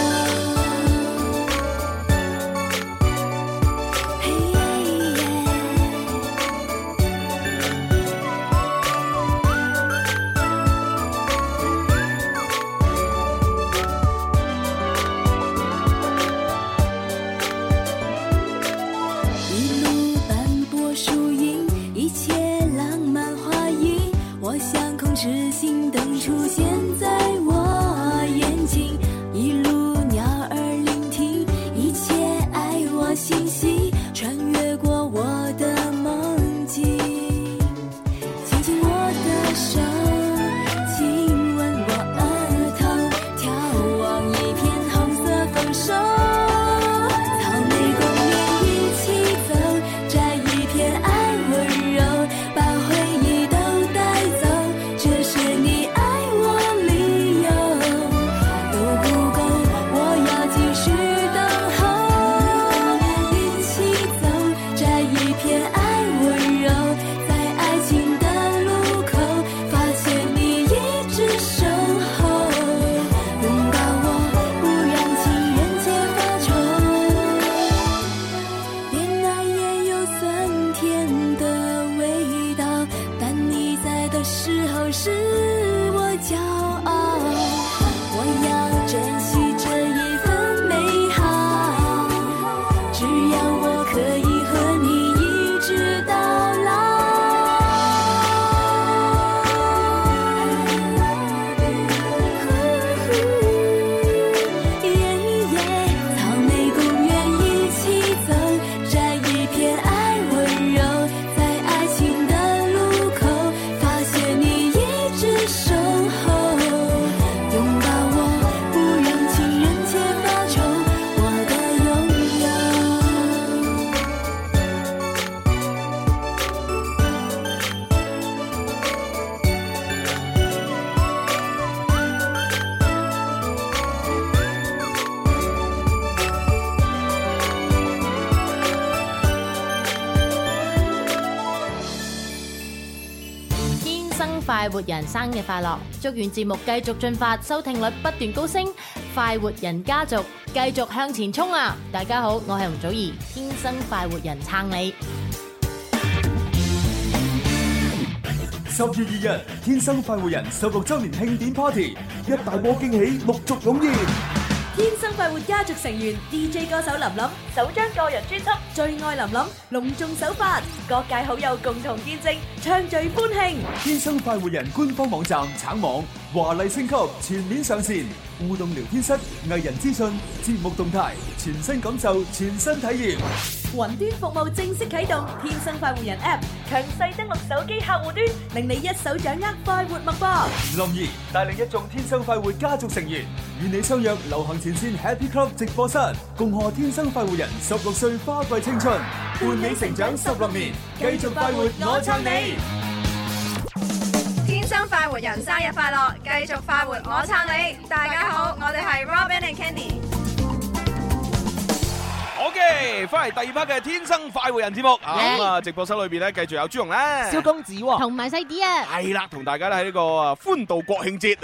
Speaker 18: 嘿一路斑驳树荫，一切浪漫花影。我想控制心动出现在我眼睛，一路鸟儿聆听，一切爱我信息，穿越过我的梦境，牵起我的手，亲吻我额头，眺望一片红色丰收。草莓公园一起走，摘一片爱温柔，把回忆都带走，这是你爱我理由。都不够，我要继续等候。一起走，摘一片爱温柔，在爱情的路口，发现你一直守候。拥抱我，不让情人节发愁。恋爱也有酸甜的味道，但你在的时候使我骄傲。我要珍惜这一份美好，只要我可以和你一直到老。耶耶草莓公园一起走，摘一片爱温柔，在爱情的路口，发现你一直守候。拥抱我，不让情人节发愁，我的拥有。
Speaker 19: 天生快活人生日快樂！祝願節目繼續進發，收聽率不斷高升，快活人家族繼續向前衝啊！大家好，我係容祖兒，天生快活人撐你。
Speaker 20: 十月二日，天生快活人十六周年庆典 party，一大波驚喜陸續湧現。
Speaker 15: 天生快活家族成員 DJ 歌手林林首張個人專輯《最愛林林》隆重首發，各界好友共同見證，唱聚歡慶。
Speaker 20: 天生快活人官方網站橙網華麗升級，全面上線，互動聊天室、藝人資訊、節目動態，全新感受，全新體驗。
Speaker 15: 雲端服務正式啟動，天生快活人 App 強勢登錄手機客戶端，令你一手掌握快活脈搏。
Speaker 20: 林怡帶領一眾天生快活家族成員，與你相約流行前線 Happy Club 直播室，共賀天生快活人十六歲花季青春，伴你成長十六年，繼續快活，我撐你。
Speaker 10: 天生快活人生日快樂，繼續快活我撐你。大家好，我哋係 Robin and Candy。
Speaker 4: 好嘅，翻嚟第二 part 嘅天生快活人節目啊！咁啊，直播室裏邊咧繼續有朱紅咧，
Speaker 5: 公子喎，同埋細啲啊，
Speaker 4: 係啦，同大家咧喺呢個啊歡度國慶節。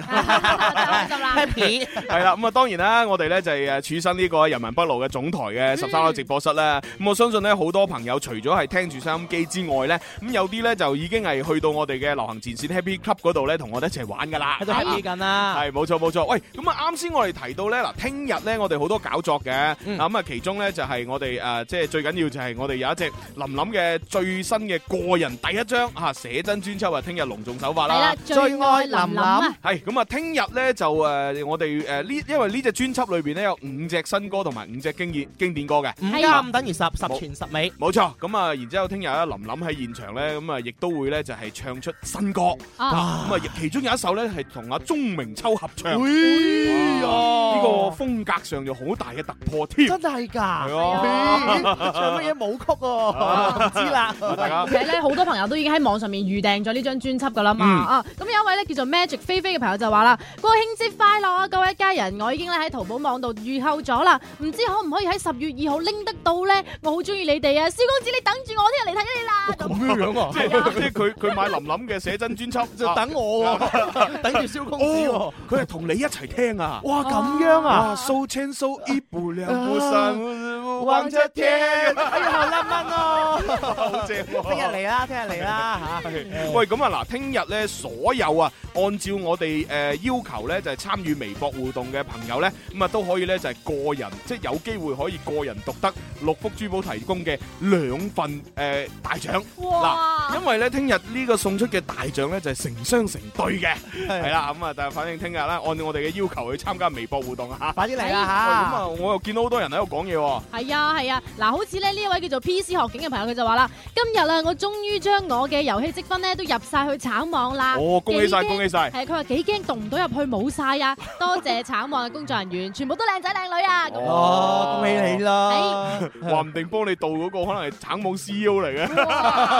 Speaker 5: Happy
Speaker 4: 係啦，咁啊當然啦，我哋咧就係誒處身呢個人民北路嘅總台嘅十三樓直播室啦。咁我相信咧，好多朋友除咗係聽住收音機之外咧，咁有啲咧就已經係去到我哋嘅流行前線 Happy Club 嗰度咧，同我哋一齊玩噶啦，
Speaker 21: 喺度 happy 緊啦
Speaker 4: 係冇錯冇錯。喂，咁啊啱先我哋提到咧，嗱，聽日咧我哋好多搞作嘅，咁啊其中咧就係係我哋誒，即係最緊要就係我哋有一隻林林嘅最新嘅個人第一張嚇寫真專輯啊，聽日隆重首發啦。
Speaker 5: 係啦最愛林林
Speaker 6: à.
Speaker 5: 啊
Speaker 4: 係咁啊，聽日咧就誒、呃我哋誒呢，因為呢隻專輯裏邊咧有五隻新歌同埋五隻經典經典歌嘅，
Speaker 6: 五加五等於十，十全十美。
Speaker 4: 冇錯，咁啊，然之後聽日啊，林林喺現場咧，咁啊，亦都會咧就係唱出新歌，
Speaker 6: 啊
Speaker 4: 啊咁啊，其中有一首咧係同阿鐘明秋合唱，
Speaker 6: 哎呀
Speaker 4: 哇呢個風格上有好大嘅突破添，
Speaker 6: 真係㗎，
Speaker 4: 啊
Speaker 6: 咦唱乜嘢舞曲喎？
Speaker 4: 啊
Speaker 6: 唔知啦，
Speaker 4: 大家
Speaker 5: 而且咧，好多朋友都已經喺網上面預訂咗呢張專輯噶啦嘛。
Speaker 6: 嗯
Speaker 5: 啊，咁有一位咧叫做 Magic 菲菲嘅朋友就話啦：國慶節快樂啊，各位一家人！我已經咧喺淘寶網度預購咗啦，唔知可唔可以喺十月二號拎得到咧？我好中意你哋啊，蕭公子你等住我，我聽日嚟睇你啦。
Speaker 4: 咁樣啊，即係即係佢佢買林林嘅寫真專輯就
Speaker 6: 等我喎， 等住蕭公子喎。
Speaker 4: 佢係同你一齊聽啊！
Speaker 6: 哇咁樣啊
Speaker 4: 哇手牽手，一步兩步
Speaker 6: 啊
Speaker 4: 三，
Speaker 6: 望着天，哎呀好浪漫哦！
Speaker 4: 好正喎
Speaker 6: 聽日嚟啦，聽日嚟啦嚇。
Speaker 4: 喂，咁啊嗱，聽日咧所有啊，按照我哋誒、呃要求咧，就係、參與微博互動嘅朋友咧，咁啊都可以咧就係、個人，即係有機會可以個人獨得六福珠寶提供嘅兩份誒、呃大獎。
Speaker 8: 哇
Speaker 4: 嗱，因為咧聽日呢個送出嘅大獎咧就係、成雙成對嘅，
Speaker 8: 係
Speaker 4: 係啦，咁啊，但係反正聽日啦，按照我哋嘅要求去參加微博互動啊嚇。
Speaker 6: 快啲
Speaker 5: 嚟
Speaker 4: 啦
Speaker 5: 啦
Speaker 4: 咁
Speaker 5: 嚇
Speaker 4: 啊，我又見到好多人喺度講嘢喎。
Speaker 5: 係啊係啊，嗱，好似咧呢一位叫做 P.C. 學警嘅朋友，佢就話啦：今日啊，我終於將我嘅遊戲積分咧都入晒去橙網啦。
Speaker 4: 哦恭喜晒
Speaker 5: 幾驚
Speaker 4: 恭喜晒
Speaker 5: 係佢話幾驚讀唔到入去冇晒 啊！多謝橙網嘅工作人員，全部都靚仔靚女啊！咁樣
Speaker 6: 哦，恭喜你啦！
Speaker 4: 話唔定幫你導嗰個可能係橙網 CEO E 嚟嘅。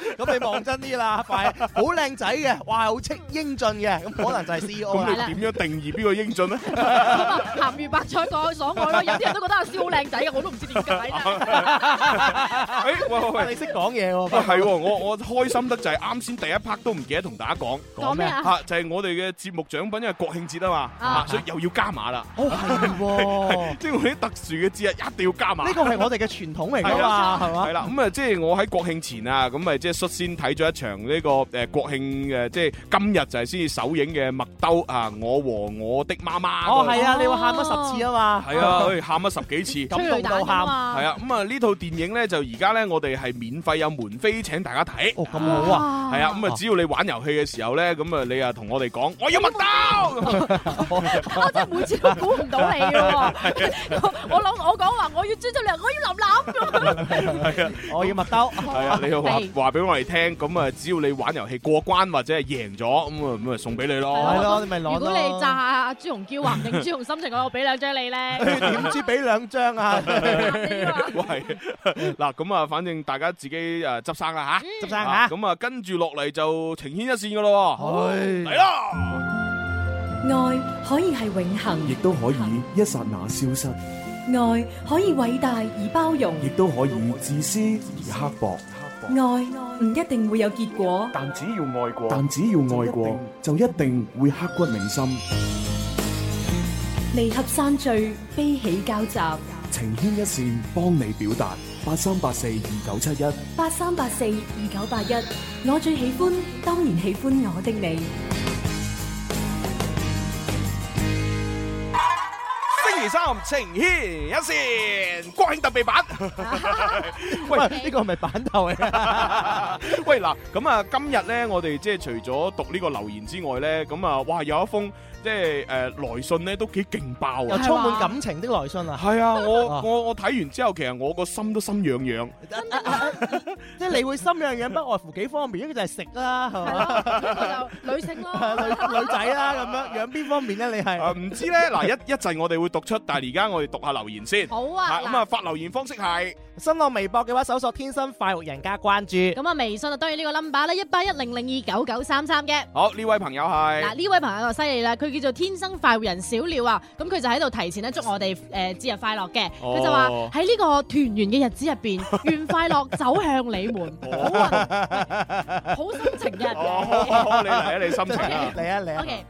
Speaker 6: 咁你望真啲啦，快，好靚仔嘅，哇，好清英俊嘅，咁可能就係 E CEO 啦。
Speaker 4: 咁你點樣定義邊個英俊咧？
Speaker 5: 啊鹹魚白菜各有所愛咯，有啲人都覺得阿蕭好靚仔嘅，我都唔知 點解啦。
Speaker 4: 诶，喂喂喂，
Speaker 6: 你識講嘢
Speaker 4: 喂，
Speaker 6: 喎？
Speaker 4: 係喎，我我開心得就係啱先第一 part 都唔記得同大家講
Speaker 6: 講咩啊
Speaker 4: 嚇，就係我哋嘅節目獎品，因為國慶節啊嘛，
Speaker 6: 啊
Speaker 4: 嚇所以又要加碼啦。
Speaker 6: 哦，
Speaker 4: 即係我哋啲特殊嘅節日一定要
Speaker 6: 係喎，
Speaker 4: 加碼。
Speaker 6: 呢個係我哋嘅傳統嚟㗎嘛，係嘛？
Speaker 4: 係啦，咁啊，即係我喺國慶前啊，咁啊，即係率先睇咗一場呢個誒國慶誒，即係今日就係先至首映嘅麥兜啊，我和我的媽媽。
Speaker 6: 哦，係啊，你話喊咗十次啊嘛。
Speaker 4: 係啊，佢喊咗十幾次，
Speaker 6: 感動到喊
Speaker 4: 係啊，咁啊呢套電影咧就而家咧我哋係免費有門飛請大家睇。哦，
Speaker 6: 咁好啊
Speaker 4: 係啊，咁啊只要你玩遊戲嘅時候咧，咁啊你啊同我哋 講，我要麥兜。
Speaker 5: 我真係每次都估唔到你喎。我諗我講話我要專輯量，我要林林咁。
Speaker 4: 係啊，
Speaker 6: 我要麥兜。哎
Speaker 4: 係啊，你 要話
Speaker 5: 係
Speaker 4: 話俾我哋聽，咁啊只要你玩遊戲過關或者係贏咗，咁啊咁啊送俾你咯。
Speaker 5: 如果你炸下阿朱紅嬌，話唔定朱紅心情我，我俾兩張你 咧。
Speaker 6: 點知俾兩張啊？
Speaker 4: 喂，嗱咁啊，反正大家自己誒執生啦
Speaker 6: 嗯
Speaker 4: 吓，
Speaker 6: 執生
Speaker 4: 啊
Speaker 6: 吓
Speaker 4: 咁啊，跟住落嚟就情牽一線噶咯
Speaker 6: 喎，
Speaker 4: 嚟啦！
Speaker 18: 愛可以係永恆，
Speaker 22: 亦都可以一刹那消失，
Speaker 18: 愛可以偉大而包容，
Speaker 22: 亦都可以自私而刻薄。
Speaker 18: 愛唔一定會有結果。
Speaker 22: 但只要愛過，但只要愛過，就一定會刻骨銘心。
Speaker 18: 離合散聚，悲喜交集。
Speaker 22: 情牽一線，幫你表達。八三八四二九七一。
Speaker 18: 八三八四二九八一，我最喜歡，當然喜歡我的你。
Speaker 4: 星期三情牽一線，國慶特 備版。
Speaker 6: 喂，呢個係咪板頭嚟啊？
Speaker 4: 喂嗱，咁啊，今日咧，我哋即係除咗讀呢個留言之外咧，咁啊，哇，有一封即係誒來信咧，都幾勁爆
Speaker 6: 又
Speaker 4: 啊！
Speaker 6: 充滿感情的來信啊！
Speaker 4: 係啊，我我我睇完之後，其實我個心都心癢癢。
Speaker 6: 即係你會心癢癢，不外乎幾方面，一個就係食啦，係嘛？
Speaker 5: 就女性咯，
Speaker 6: 女女仔啦，咁樣養邊方面咧？你 係
Speaker 4: 啊唔知咧，嗱 一一陣我哋會讀出，但係而家我哋讀下留言先。
Speaker 6: 好啊
Speaker 4: 咁啊發留言方式係
Speaker 6: 新浪微博嘅話，搜索天生快活人家關注。
Speaker 5: 咁啊，微信啊，當然呢個 number 啦，一八一零零二九九三三嘅。
Speaker 4: 好呢位 朋友係
Speaker 5: 嗱呢位朋友就犀利啦，佢叫做天生快活人小廖啊，咁佢就喺度提前咧祝我哋誒節日快樂嘅，
Speaker 4: 哦
Speaker 5: 佢就話喺呢個團圓嘅日子入邊，願快樂走向你們，好運，好心情嘅日
Speaker 4: 哦，你嚟啊，你心 情啊，
Speaker 6: 嚟啊嚟啊
Speaker 5: OK，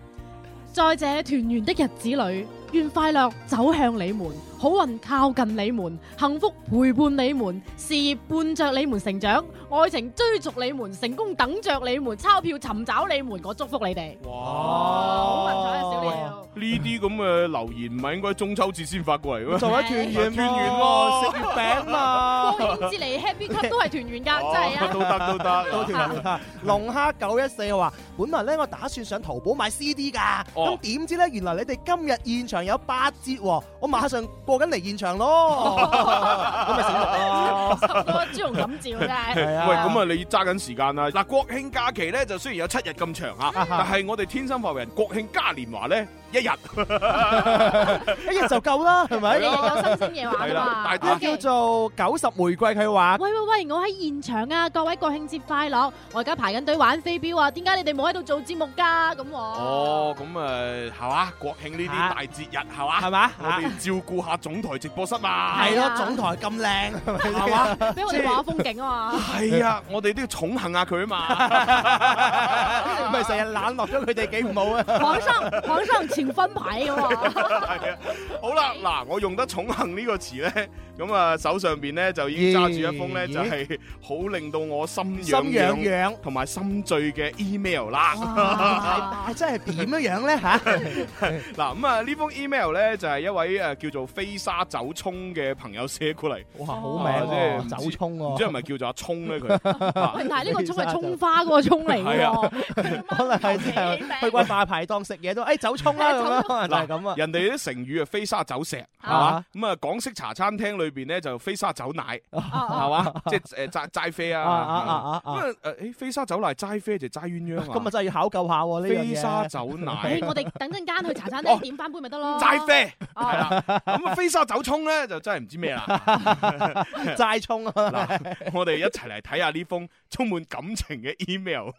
Speaker 5: 在這團圓的日子裏，願快樂走向你們，好運靠近你們，幸福陪伴你們，事業伴着你們成長，愛情追逐你們，成功等着你們，鈔票尋找你們，我祝福你哋。
Speaker 4: 哇！好
Speaker 5: 文采啊，小廖。
Speaker 4: 啲咁嘅留言唔係應該中秋節先發過嚟嘅咩？
Speaker 6: 就喺團圓喎
Speaker 4: 團圓咯，
Speaker 6: 食月餅嘛
Speaker 5: 國慶節嚟 Happy Club 都係團圓㗎，真係啊！
Speaker 4: 哦 都得都得
Speaker 6: 都團圓 啦。龍蝦九一四話：本來咧我打算上淘寶買 CD 㗎，咁
Speaker 4: 哦
Speaker 6: 點知咧原來你哋今日現場有八折喎，我馬上過緊嚟現 場咯。 咁咪醒目咯，
Speaker 5: 朱紅感召真
Speaker 4: 喂，
Speaker 5: 係。
Speaker 4: 咁啊，你揸緊時間啦！嗱，國慶假期咧就雖然有七日咁長啊，但係我哋天生發人國慶嘉年華咧一日，
Speaker 6: 一日就夠啦，係咪？
Speaker 5: 你日有新鮮嘢玩啊嘛
Speaker 6: 呢個叫做九十玫瑰，佢話。
Speaker 5: 喂喂喂，我喺現場啊！各位國慶節快樂！我而家排緊隊玩飛鏢啊！點解你哋冇喺度做節目㗎？咁喎。
Speaker 4: 哦，咁誒係嘛？國慶呢啲大節日係嘛？係
Speaker 6: 嘛？
Speaker 4: 我哋照顧下總台直播室嘛。
Speaker 6: 係咯，總台咁靚，係
Speaker 4: 係嘛
Speaker 5: 啊 俾我哋望下風景啊嘛。
Speaker 4: 係啊，我哋都要寵幸下佢啊嘛。
Speaker 6: 咪成日冷落咗佢哋幾唔好啊！
Speaker 5: 皇上皇上前分牌啊㗎喎。
Speaker 4: 好啦，嗱，我用得寵幸呢個詞咧，咁啊手上邊咧就已經揸住一封咧，
Speaker 6: 咦
Speaker 4: 就係好令到我心
Speaker 6: 心
Speaker 4: 癢
Speaker 6: 癢癢
Speaker 4: 同埋心醉嘅 email 啦。
Speaker 6: 哇 真係點樣樣 咧嚇？
Speaker 4: 嗱咁啊，呢封 email 咧就係一位誒叫做飛沙走葱嘅朋友寫過嚟。啊
Speaker 6: 哇，好名
Speaker 4: 即係唔
Speaker 6: 喎，
Speaker 4: 知
Speaker 6: 走葱
Speaker 4: 唔
Speaker 6: 喎，
Speaker 4: 知係咪叫做阿葱咧 佢？啊
Speaker 5: 喂，但係呢個葱係葱花嗰個葱嚟㗎
Speaker 4: 係啊
Speaker 5: 哦喎。
Speaker 6: 可能係真係去過大排檔食嘢都，哎誒走啊 葱啦咁樣，可能就係咁啊。
Speaker 4: 人哋啲成語啊，飛沙走石，係嘛
Speaker 6: 啊？
Speaker 4: 咁啊，港式茶餐廳裏邊咧就飛沙走奶，
Speaker 6: 啊
Speaker 4: 係嘛？即係誒齋齋啡
Speaker 6: 啊啊
Speaker 4: 啊
Speaker 6: 啊，啊
Speaker 4: 咁
Speaker 6: 啊
Speaker 4: 啊誒飛沙走奶齋啡就齋鴛鴦啊，
Speaker 6: 咁啊真係要考 究下喎呢樣嘢。
Speaker 4: 飛沙走 奶
Speaker 5: 哎誒，我哋等陣間去茶餐廳點翻杯咪得咯。
Speaker 4: 齋啡係啦，咁啊飛沙走葱咧就真係唔知咩啦。
Speaker 6: 齋葱啊！
Speaker 4: 嗱，我哋一齊嚟睇下呢封充滿感情嘅 email。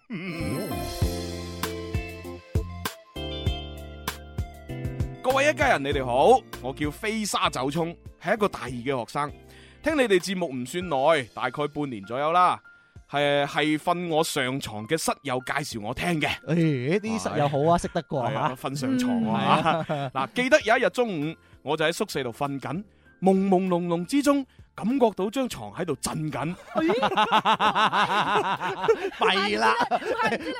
Speaker 4: 各位一家人，你哋好，我叫飛沙走葱，係一個大二嘅學生。聽你哋節目唔算耐，大概半年左右啦。係係瞓我上床嘅室友介紹我聽嘅。
Speaker 6: 誒啲實又好啊，識得過
Speaker 4: 係啊
Speaker 6: 嚇，
Speaker 4: 瞓上床
Speaker 6: 嗯
Speaker 4: 啊！
Speaker 6: 係啊
Speaker 4: 嗱，記得有一日中午，我就喺宿舍度瞓緊，朦朦朧朧之中感覺到張床喺度震緊。
Speaker 6: 哎 弊啦，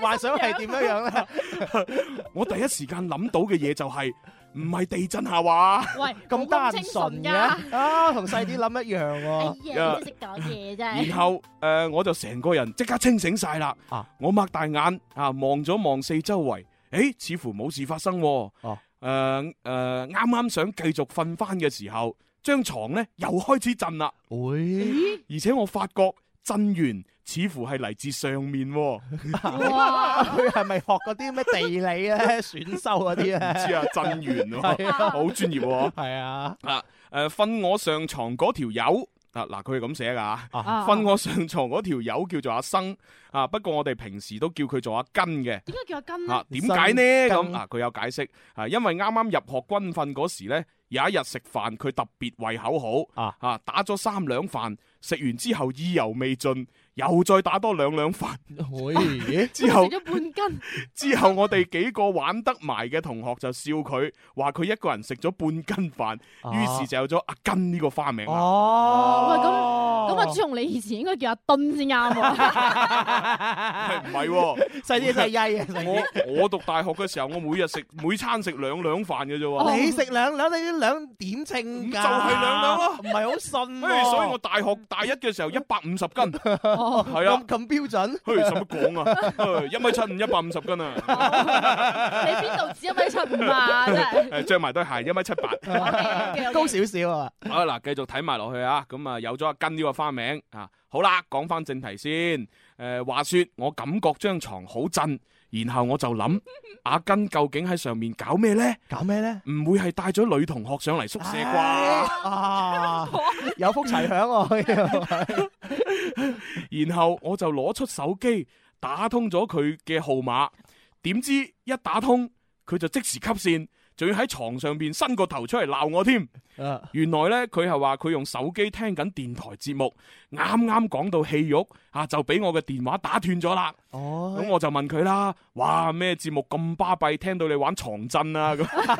Speaker 6: 幻想係點樣樣 咧？
Speaker 4: 我第一時間諗到嘅嘢就係唔係地震下話？
Speaker 5: 喂，
Speaker 6: 咁單純嘅啊，同細啲諗一樣喎。
Speaker 4: 哎呀
Speaker 5: 哎識講嘢真係。
Speaker 4: 然後誒、呃我就成個人即刻清醒晒啦。我擘大眼啊，望咗望四周圍，誒，似乎冇事發生喎。
Speaker 6: 哦，
Speaker 4: 誒誒啱啱想繼續瞓翻嘅時候，張床咧又開始震啦。
Speaker 6: 會，
Speaker 4: 而且我發覺震源似乎係嚟自上面喎。
Speaker 6: 哇！ 佢係咪學嗰啲咩地理 咧、選修嗰啲咧？
Speaker 4: 唔知啊，震源喎，
Speaker 6: 係啊
Speaker 4: 好專業喎。
Speaker 6: 係啊，
Speaker 4: 啊誒，瞓我上床嗰條友。啊嗱，佢係咁寫噶，
Speaker 6: 啊
Speaker 4: 瞓我上床嗰條友叫做阿生啊，不過我哋平時都叫佢做阿根嘅。
Speaker 5: 點解叫阿根
Speaker 4: 啊
Speaker 5: 咧？，
Speaker 4: 點解呢？咁
Speaker 6: 根
Speaker 4: 啊，佢有解釋啊，因為啱啱入學軍訓嗰時呢，有一日食飯佢特別胃口好啊，打咗三兩飯，食完之後意猶未盡，又再打多兩兩飯。
Speaker 6: 會
Speaker 4: 之後
Speaker 5: 食咗半斤，
Speaker 4: 之後我哋幾個玩得埋嘅同學就笑佢，話佢一個人食咗半斤飯，
Speaker 6: 啊
Speaker 4: 於是就有咗阿根呢個花名啦。
Speaker 6: 哦
Speaker 5: 哦喂咁咁啊，朱紅你以前應該叫阿敦先啱喎。
Speaker 4: 哎唔 係喎，
Speaker 6: 細啲細曳啊！
Speaker 4: 我我讀大學嘅時候，我每日食每餐食兩兩飯嘅啫喎。
Speaker 6: 你食兩兩，你啲兩點稱㗎？就
Speaker 4: 哦係兩兩咯
Speaker 6: 唔係好信
Speaker 4: 哎
Speaker 6: 喎。
Speaker 4: 所以我大
Speaker 5: 嗯
Speaker 4: 學大一嘅時候一百五十斤，係啊
Speaker 6: 哦咁，咁標準。
Speaker 4: 嘿，使乜 講啊？嘿一米七五，一百五十斤啊！
Speaker 5: 你邊度只一米七五啊？真係。
Speaker 4: 誒，着埋對鞋一米七八，
Speaker 6: 高少少啊！
Speaker 4: 好啦，嗱，繼續睇埋落去啊！咁啊，有咗阿根呢個花名啊，好啦，講翻正題先。誒，話說我感覺張床好震，然後我 就諗阿根究竟喺上面搞咩呢？
Speaker 6: 搞咩呢？
Speaker 4: 唔會係帶咗女同學上嚟宿舍啩？
Speaker 6: 哎啊，有福齊啊享 喎！
Speaker 4: 然後我就攞出手機打通咗佢嘅號碼，點知一打通佢就即時吸線，仲要喺床上邊伸個頭出嚟鬧我添。
Speaker 6: 啊
Speaker 4: 原來呢，佢係話佢用手機聽緊電台節目，啱啱講到戲肉啊，就俾我嘅電話打斷咗啦。
Speaker 6: 哦，
Speaker 4: 咁我就問佢啦，哇咩節目咁巴閉，聽到你玩床震啊咁。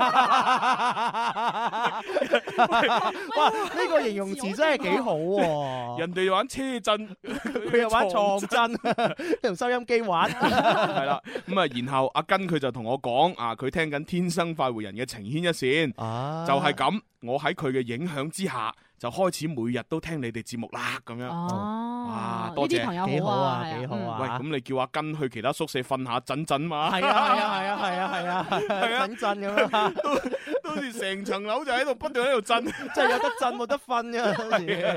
Speaker 6: 哇，呢個形容詞真係幾好喎！
Speaker 4: 人哋玩車震，佢
Speaker 6: 佢又玩啊創真， 佢同收 音機玩。
Speaker 4: 系啦，咁啊，然後阿根佢就同我講啊，佢聽緊《天生快活湖人嘅情牽一線，
Speaker 5: 啊
Speaker 4: 就係咁。我喺佢嘅影響之下，就開始每日都聽你哋節目啦，咁樣。哇，多
Speaker 5: 哦呢
Speaker 4: 謝
Speaker 5: 啲朋友幾好啊好啊係啊幾好啊
Speaker 4: 喂，咁你叫阿根去其他宿舍瞓下，陣陣嘛。
Speaker 6: 係啊 係啊係啊係啊係啊，整震咁樣，
Speaker 4: 都好似成層樓就喺度不斷喺度震， 啊
Speaker 6: 真係有得震冇得瞓啊嘅。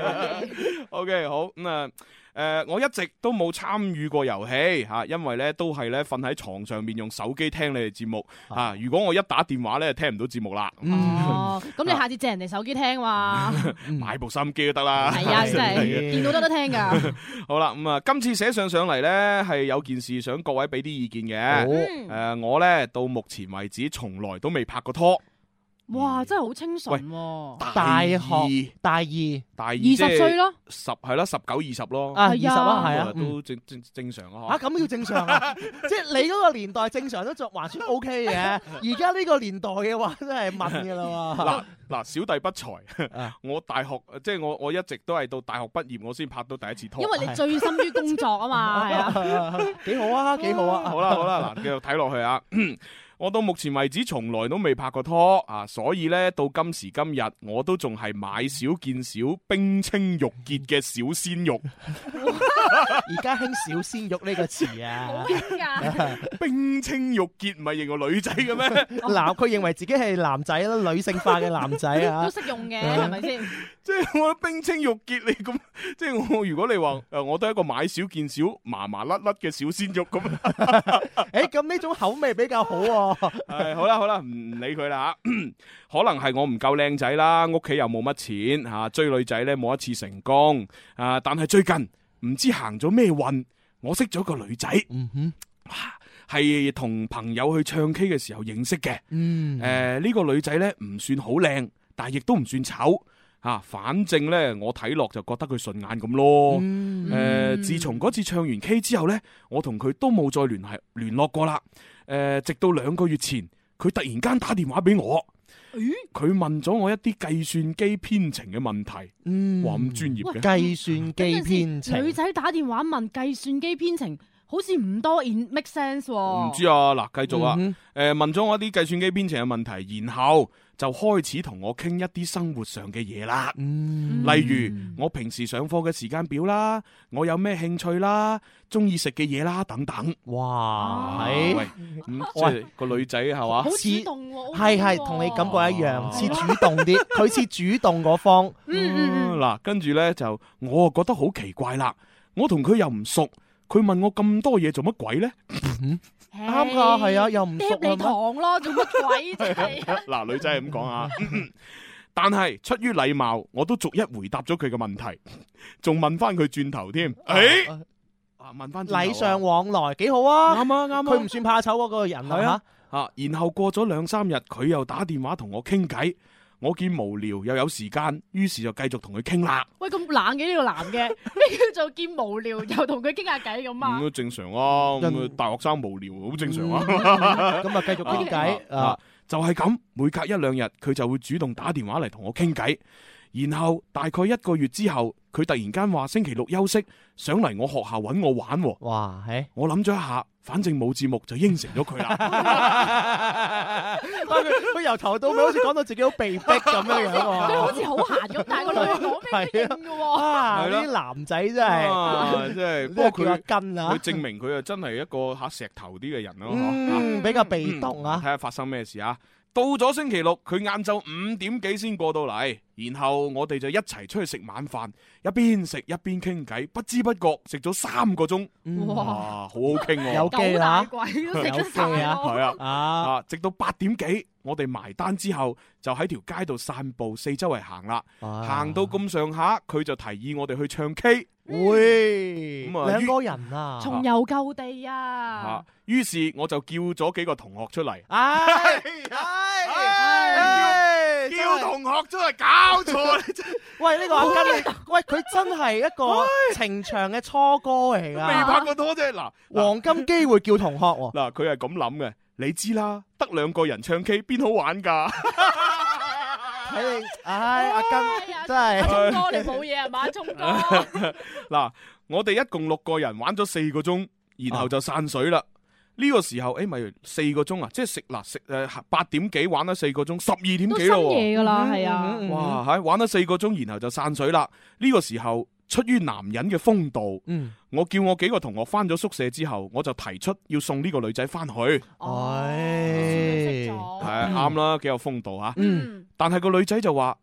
Speaker 4: O、k 好咁啊。誒、我一直都冇參與過遊戲嚇，因為咧都係咧瞓喺床上面用手機聽你哋節目
Speaker 5: 啊
Speaker 4: 嚇、如果我一打電話咧，聽唔到節目啦。
Speaker 5: 哦，咁你下次借人哋手機聽嘛？
Speaker 4: 買部心機都得啦。
Speaker 5: 係嗯 啊，真係見到都得聽㗎。
Speaker 4: 好啦，咁、啊，今次寫上上嚟呢，係有件事想各位俾啲意見嘅。
Speaker 5: 好
Speaker 4: 誒、我呢，到目前為止從來都未拍過拖。
Speaker 5: 哇，真係好清純喎！
Speaker 4: 大學
Speaker 6: 哦大二，
Speaker 4: 大二
Speaker 5: 20歲咯，
Speaker 4: 十係啦，十九二十咯。
Speaker 6: 啊係啊20啊係啊
Speaker 4: 都正正正常啊。
Speaker 6: 啊，咁要正常 啊！即係你嗰個年代正常都仲還算 O K 嘅，而家呢個年代嘅話真係問㗎
Speaker 4: 嗱
Speaker 6: 啦啊
Speaker 4: 嗱，小弟不才， 我大學即係我我一直都係到大學畢業我先拍到第一次拖。
Speaker 5: 因為你醉心於工作啊嘛，係 啊，
Speaker 6: 喎，幾好啊，幾好啊！
Speaker 4: 好啦好 啦，嗱，繼續睇落去啊。 我到目前為止從來都未拍過拖啊，所以呢，到今時今日我都仲係買少見少、冰清玉潔嘅小鮮肉。
Speaker 6: 而家興小鮮肉呢個詞啊，
Speaker 4: 冰清玉潔唔係形容女仔 嘅咩？
Speaker 6: 男佢認為自己係男仔啦，女性化嘅男仔 啊
Speaker 5: 都，識用嘅，係咪先？
Speaker 4: 即係我覺得冰清玉潔你咁，即係我如果你話誒，我都係一個買少見少、麻麻甩甩嘅小鮮 肉咁。
Speaker 6: 誒咁呢種口味比較好喎。
Speaker 4: 唉，好啦好啦，唔理佢啦啊 吓，可能係我唔夠靚仔啦，屋企又冇乜錢吓、啊追女仔呢冇一次成功啊！但係最近唔知行咗咩運，我識咗個女仔， 嗯哼，係同朋友去唱 K 嘅時候認識嘅。
Speaker 6: 嗯，
Speaker 4: 诶，呃呢個女仔呢唔算好靚，但亦都唔算醜啊，反正呢，我睇落就覺得佢順眼咁咯。
Speaker 6: 嗯
Speaker 4: 诶，自從嗰次唱完 K 之後呢，我同佢都冇再聯系联络過啦。诶，直到兩個月前，佢突然間打電話俾我，佢問咗我一啲計算機編程嘅問題。
Speaker 6: 嗯，
Speaker 4: 哇咁專業
Speaker 6: 喂
Speaker 4: 嘅
Speaker 6: 計算機編
Speaker 5: 女
Speaker 6: 程，
Speaker 5: 仔打電話問計算機編程，好似唔多 in make sense 喎。
Speaker 6: 哦
Speaker 4: 唔知啊，嗱，繼續啊
Speaker 5: 嗯，
Speaker 4: 诶、問咗我一啲計算機編程嘅問題，然後就開始同我傾一啲生活上嘅嘢啦，
Speaker 6: 嗯
Speaker 4: 例如我平時上課嘅時間表啦，我有咩興趣啦，中意食嘅嘢啦，等等。啊
Speaker 6: 哇係
Speaker 4: 喂，咁即係個女仔係嘛？
Speaker 6: 似係係同你感覺一樣，
Speaker 4: 哦
Speaker 6: 似主動啲， 佢似主動嗰方。
Speaker 4: 嗯嗱，跟住呢，就我啊覺得好奇怪啦，我同佢又唔熟，佢問我咁多嘢做乜鬼呢？
Speaker 6: 啱㗎，係啊，又唔熟
Speaker 5: 你糖咯，做乜鬼 啫？
Speaker 4: 嗱，女仔係咁講啊。但係出於禮貌，我都逐一回答咗佢嘅問題，仲問翻佢轉 頭添。誒，啊問翻
Speaker 6: 哦 禮尚往來幾好啊！
Speaker 4: 啱啊啱啊，
Speaker 6: 佢唔算怕醜嗰個人
Speaker 4: 係
Speaker 6: 啊
Speaker 4: 啊，啊，然後過咗兩三日，佢又打電話同我傾偈。我見無聊又有時間，於是就繼續同佢傾啦。
Speaker 5: 喂，咁冷嘅呢個男嘅， 咩叫做見無聊又同佢傾下偈咁啊？
Speaker 4: 咁正常啊，咁啊大學生無聊好正常 啊。
Speaker 6: 嗯咁啊繼續傾偈啊
Speaker 4: 啊，就係咁，每隔一兩日佢就會主動打電話嚟同我傾偈，然後大概一個月之後，佢突然間話星期六休息，想嚟我學校揾我玩喎。
Speaker 6: 哇，
Speaker 4: 我諗咗一下，反正冇節目就應承咗佢啦。
Speaker 6: 佢 佢由頭到尾好似講到自己好被逼咁樣樣喎。
Speaker 5: 佢好似好閒咁，但係個女嘅講
Speaker 6: 아.
Speaker 5: 咩 都應嘅喎。
Speaker 6: 啊！
Speaker 4: 係
Speaker 6: 呢
Speaker 4: 咯
Speaker 6: 啲男仔真係
Speaker 4: 啊，真係，
Speaker 6: 真係
Speaker 4: 不過
Speaker 6: 叫阿
Speaker 4: 佢
Speaker 6: 根啊
Speaker 4: 佢證明佢啊真係一個嚇石頭啲嘅人咯。
Speaker 6: 嗯，比較被動啊。
Speaker 4: 睇下發生咩事啊！到咗星期六，佢晏晝五點幾先過到嚟，然後我哋就一齊出去食晚飯，一邊食一邊傾偈，不知不覺食咗三個鐘，
Speaker 5: 哇
Speaker 4: 哇，好好傾喎，
Speaker 6: 嗯有機啦
Speaker 5: 九大簋都食得晒
Speaker 4: 係啊，
Speaker 5: 喎
Speaker 4: 係啊，啊，直到八點幾，我哋埋單之後，就喺條街度散步，四周圍行啦，行到咁上下，佢就提議我哋去唱 K，
Speaker 6: 喂，
Speaker 4: 咁啊，
Speaker 6: 兩
Speaker 4: 於
Speaker 6: 個人啊，
Speaker 5: 重遊舊地啊！
Speaker 4: 啊，於是我就叫咗幾個同學出嚟。
Speaker 6: 啊唉哎
Speaker 4: 唉哎叫同學出嚟哎搞 錯，你真係
Speaker 6: 喂，呢個阿根你，喂，佢真係一個情場嘅初哥嚟㗎。
Speaker 4: 未拍過拖啫。嗱，
Speaker 6: 黃金機會叫同學喎。
Speaker 4: 嗱，佢係咁諗嘅，你知啦，得兩個人唱 K 邊好玩㗎？
Speaker 6: 睇你，唉，阿根真係。
Speaker 5: 哎阿聰哥你冇嘢係啊嘛？阿聰 哥，
Speaker 4: 嗱，我哋一共六個人玩咗四個鐘，然後就散水啦。呢個時候，誒咪四個鐘啊，即係食嗱食誒八點幾玩咗四個鐘，十二點
Speaker 5: 都
Speaker 4: 幾
Speaker 5: 深
Speaker 4: 咯喎，嗯
Speaker 5: 夜㗎啦，係啊，
Speaker 4: 哇，喺玩咗四個鐘，然後就散水啦。呢、個時候，出於男人嘅風度，
Speaker 6: 嗯，
Speaker 4: 我叫我幾個同學翻咗宿舍之後，我就提出要送呢個女仔翻去。係
Speaker 5: 哦
Speaker 6: 係
Speaker 4: 啱啦，幾有風度吓。
Speaker 6: 嗯，
Speaker 4: 但係個女仔就話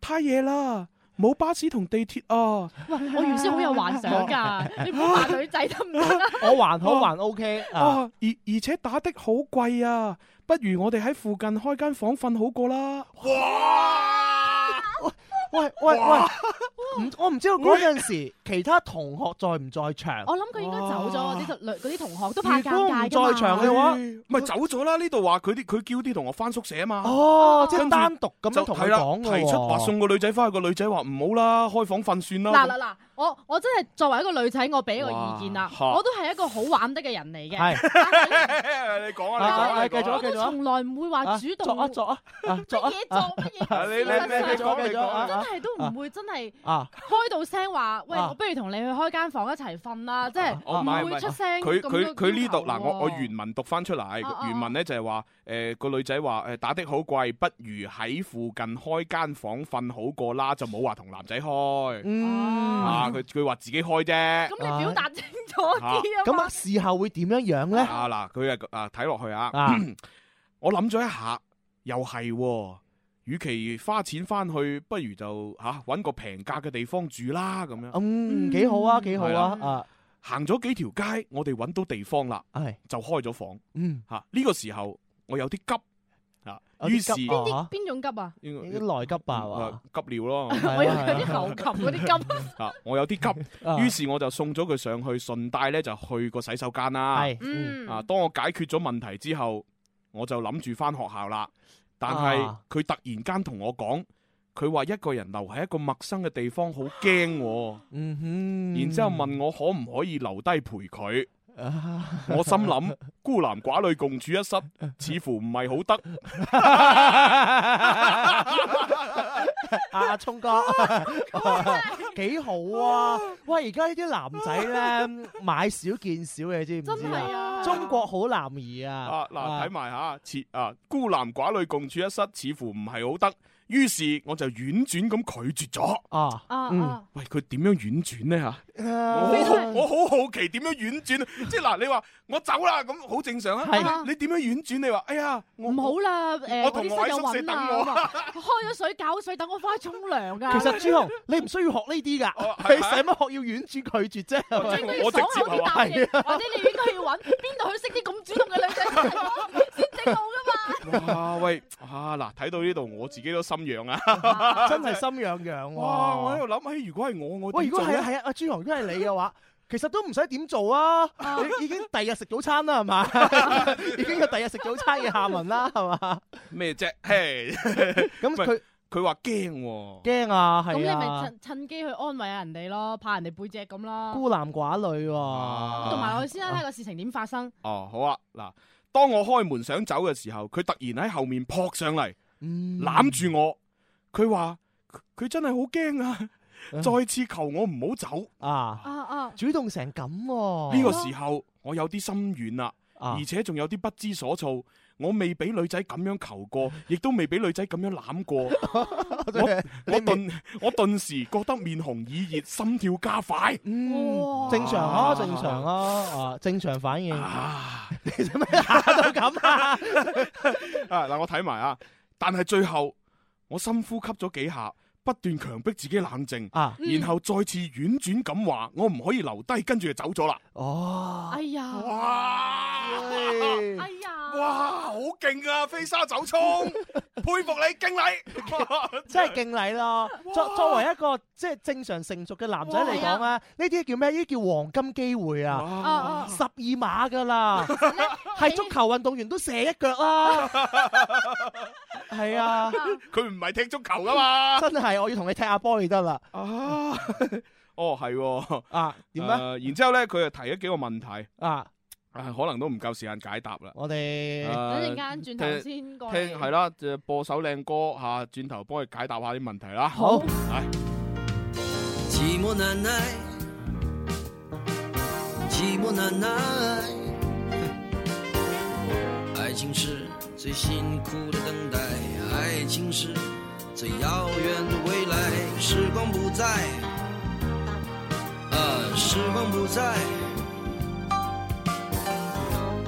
Speaker 4: 太夜啦，冇巴士同地鐵啊。
Speaker 5: 喂，我原先好有幻想 㗎，你唔好話女仔得唔得哦啊？
Speaker 6: 我還好還 OK 啊
Speaker 4: 啊，而而且打的好貴啊，不如我哋喺附近開間房瞓好過啦。
Speaker 6: 喂喂喂，唔我唔知道嗰陣時其他同學在唔在場。
Speaker 5: 我諗佢應該走咗，啲女嗰啲同學都怕尷
Speaker 6: 如果唔
Speaker 5: 尬㗎
Speaker 6: 在場嘅話
Speaker 4: 咪走咗啦！呢度話佢啲佢叫啲同學翻宿舍啊嘛。
Speaker 6: 哦，即係
Speaker 4: 跟住
Speaker 6: 單獨咁樣
Speaker 4: 就
Speaker 6: 同
Speaker 4: 係
Speaker 6: 佢
Speaker 4: 啦
Speaker 6: 講㗎
Speaker 4: 提出話
Speaker 6: 喎
Speaker 4: 送個女仔翻去，個女仔話唔好啦，開房瞓算啦。
Speaker 5: 嗱嗱嗱，我我真係作為一個女仔，我俾一個意見啦，
Speaker 4: 哇
Speaker 5: 我都係一個好玩得嘅人嚟嘅，
Speaker 6: 係
Speaker 4: 你講
Speaker 6: 啊，繼續啊，
Speaker 5: 我
Speaker 6: 繼
Speaker 5: 都
Speaker 6: 續啊
Speaker 5: 從來唔會話主動
Speaker 6: 作啊作啊，啊作啊，
Speaker 4: 啊你你你你講你講啊
Speaker 5: 真係都唔會真係
Speaker 6: 啊
Speaker 5: 開到聲話，喂，
Speaker 4: 啊哦
Speaker 5: 我不如同你去開間房一齊瞓啦，即係
Speaker 4: 我唔係唔
Speaker 5: 會
Speaker 4: 係
Speaker 5: 出聲
Speaker 4: 佢
Speaker 5: 咁多要求
Speaker 4: 佢
Speaker 5: 喎。
Speaker 4: 佢呢度嗱，我我原文讀翻出嚟
Speaker 5: 啊，啊
Speaker 4: 原文咧就係話誒個女仔話誒打的好貴，不如喺附近開間房瞓好過啦，就冇話同男仔開。啊，佢佢話自己開啫。
Speaker 5: 咁你表達清楚
Speaker 13: 아.
Speaker 5: 啲啊嘛
Speaker 6: 咁啊，事後會點樣樣咧？
Speaker 4: 啊嗱，佢係啊睇落去啊
Speaker 6: 啊，
Speaker 4: 我諗咗一下，又係喎，與其花錢翻去，不如就嚇揾個平價嘅地方住啦咁樣。
Speaker 6: 嗯，幾好啊，幾好啊
Speaker 4: 係，啦
Speaker 6: 啊，
Speaker 4: 行咗幾條街，我哋揾到地方啦，就開咗房。
Speaker 6: 嗯，
Speaker 4: 嚇呢個時候我有啲急啊，
Speaker 6: 有啲
Speaker 4: 於是
Speaker 6: 急啊邊啲
Speaker 5: 邊種急啊？
Speaker 4: 應該
Speaker 6: 啲內急吧
Speaker 4: 啊急尿咯，
Speaker 5: 我以為 嗰啲喉琴嗰啲急。
Speaker 4: 啊，我有 啲急，於是我就送咗佢上去，順帶咧就去個洗手間啦。
Speaker 6: 係
Speaker 5: 嗯
Speaker 4: 啊，當我解決咗問題之後，我就諗住翻學校啦。但係
Speaker 6: 啊
Speaker 4: 佢突然間同我講，佢話一個人留喺一個陌生嘅地方好驚喎，
Speaker 6: 嗯
Speaker 4: 然之後問我可唔可以留低陪 佢。
Speaker 6: 哼，啊
Speaker 4: 我心諗孤男寡女共處一室，似乎唔係好得。
Speaker 6: 阿阿聰哥，幾好啊！喂，而家呢啲男仔咧買少見少嘅，知唔知啊？中國好男兒啊！
Speaker 4: 啊嗱，睇埋吓，似啊孤男寡女共處一室，似乎唔係好得。於是我就婉轉咁拒絕咗。
Speaker 6: 啊
Speaker 5: 啊
Speaker 4: 嗯
Speaker 5: 啊
Speaker 4: 喂，佢點樣婉轉呢？吓？
Speaker 6: 我
Speaker 4: 好我好好奇點樣婉轉，即係嗱，你話我走啦，咁好正常啊。
Speaker 5: 係
Speaker 4: 你點樣婉轉？你話哎呀，
Speaker 5: 唔好啦，誒，啲
Speaker 4: 我同
Speaker 5: 室
Speaker 4: 我喺
Speaker 5: 友
Speaker 4: 宿舍
Speaker 5: 揾
Speaker 4: 等
Speaker 5: 啊
Speaker 4: 我
Speaker 5: 咁啊，開咗水搞水，等我翻去沖涼㗎。
Speaker 6: 其實朱紅，你唔需要學呢啲
Speaker 4: 哦
Speaker 6: 㗎，你
Speaker 4: 啊
Speaker 6: 使乜學要婉轉拒絕啫？
Speaker 5: 你
Speaker 6: 係
Speaker 5: 應
Speaker 6: 咪
Speaker 5: 該
Speaker 6: 啊
Speaker 5: 要爽口啲答應，或者你應該要揾邊度去識啲咁主動嘅女仔先係先正路
Speaker 4: 哇喂啊嗱，睇到呢度我自己都心癢啊！
Speaker 6: 真係心癢癢喎！
Speaker 4: 哇！我喺度諗，起如果係我，我
Speaker 6: 喂，如果係啊係
Speaker 4: 啊，
Speaker 6: 啊，阿朱紅，如果係你嘅 話。其實都唔使點做啊！你已經第日食早餐啦，係 嘛？已經有第日食早餐嘅下文啦，係嘛？
Speaker 4: 咩啫？嘿，
Speaker 6: 咁佢
Speaker 4: 佢話驚喎，
Speaker 6: 驚啊，
Speaker 5: 咁你
Speaker 6: 係
Speaker 5: 咪
Speaker 6: 啊，
Speaker 5: 趁趁機去安慰下人哋咯，怕人哋背脊 咁啦。
Speaker 6: 孤男寡女喎。
Speaker 4: 啊
Speaker 5: 同埋我先睇下個事情點發生。
Speaker 4: 哦，好啊嗱，當我開門想走嘅時候，佢突然喺後面撲上嚟，
Speaker 6: 嗯
Speaker 4: 攬住我，佢話佢佢真係好驚啊！再次求我唔好走
Speaker 6: 嗯啊！
Speaker 5: 啊啊！
Speaker 6: 主動成咁喎。
Speaker 4: 呢個時候我有啲心軟啦，
Speaker 6: 啊
Speaker 4: 而且仲有啲不知所措。我未俾女仔咁樣求 過，亦都未俾女仔咁樣攬過。我我頓我頓時覺得面紅耳熱，心跳加快。
Speaker 6: 嗯，正常啊，正常啊，啊，正常反應。
Speaker 4: 啊嗱，我睇埋啊，但係最後我深呼吸咗幾下，不斷強迫自己冷靜
Speaker 6: 啊
Speaker 4: 然後再次婉轉咁話，我唔可以留低，跟住就走咗啦。
Speaker 6: 哦，
Speaker 5: 哎呀！
Speaker 4: 哇！
Speaker 5: 哎呀！
Speaker 4: 哇，好勁啊！飛沙走 蔥，佩服你，經理。
Speaker 6: 真係敬禮咯！作作為一個即係正常成熟嘅男仔嚟講啊，呢啲叫咩？呢啲叫黃金機會
Speaker 5: 啊
Speaker 6: 啊！十二碼 㗎啦，係足球運動員都射一腳 啦，係啊！
Speaker 4: 佢唔係踢足球噶嘛？
Speaker 6: 真係，我要同你踢下波就得啦。
Speaker 4: 啊！哦，係喎。
Speaker 6: 啊，點咧
Speaker 4: 誒然之後咧，佢就提咗幾個問題。
Speaker 6: 啊！
Speaker 4: 啊，可能都唔夠時間解答啦。
Speaker 6: 我哋
Speaker 5: 等陣間轉頭先過嚟
Speaker 4: 呃聽係啦，就播首靚歌吓，轉頭幫佢解答下啲問題啦。
Speaker 1: 好
Speaker 4: 係
Speaker 1: 寂寞難耐，寂寞難耐，爱情是最辛苦的等待，爱情是最遥远的未来。时光不再，啊，时光不再，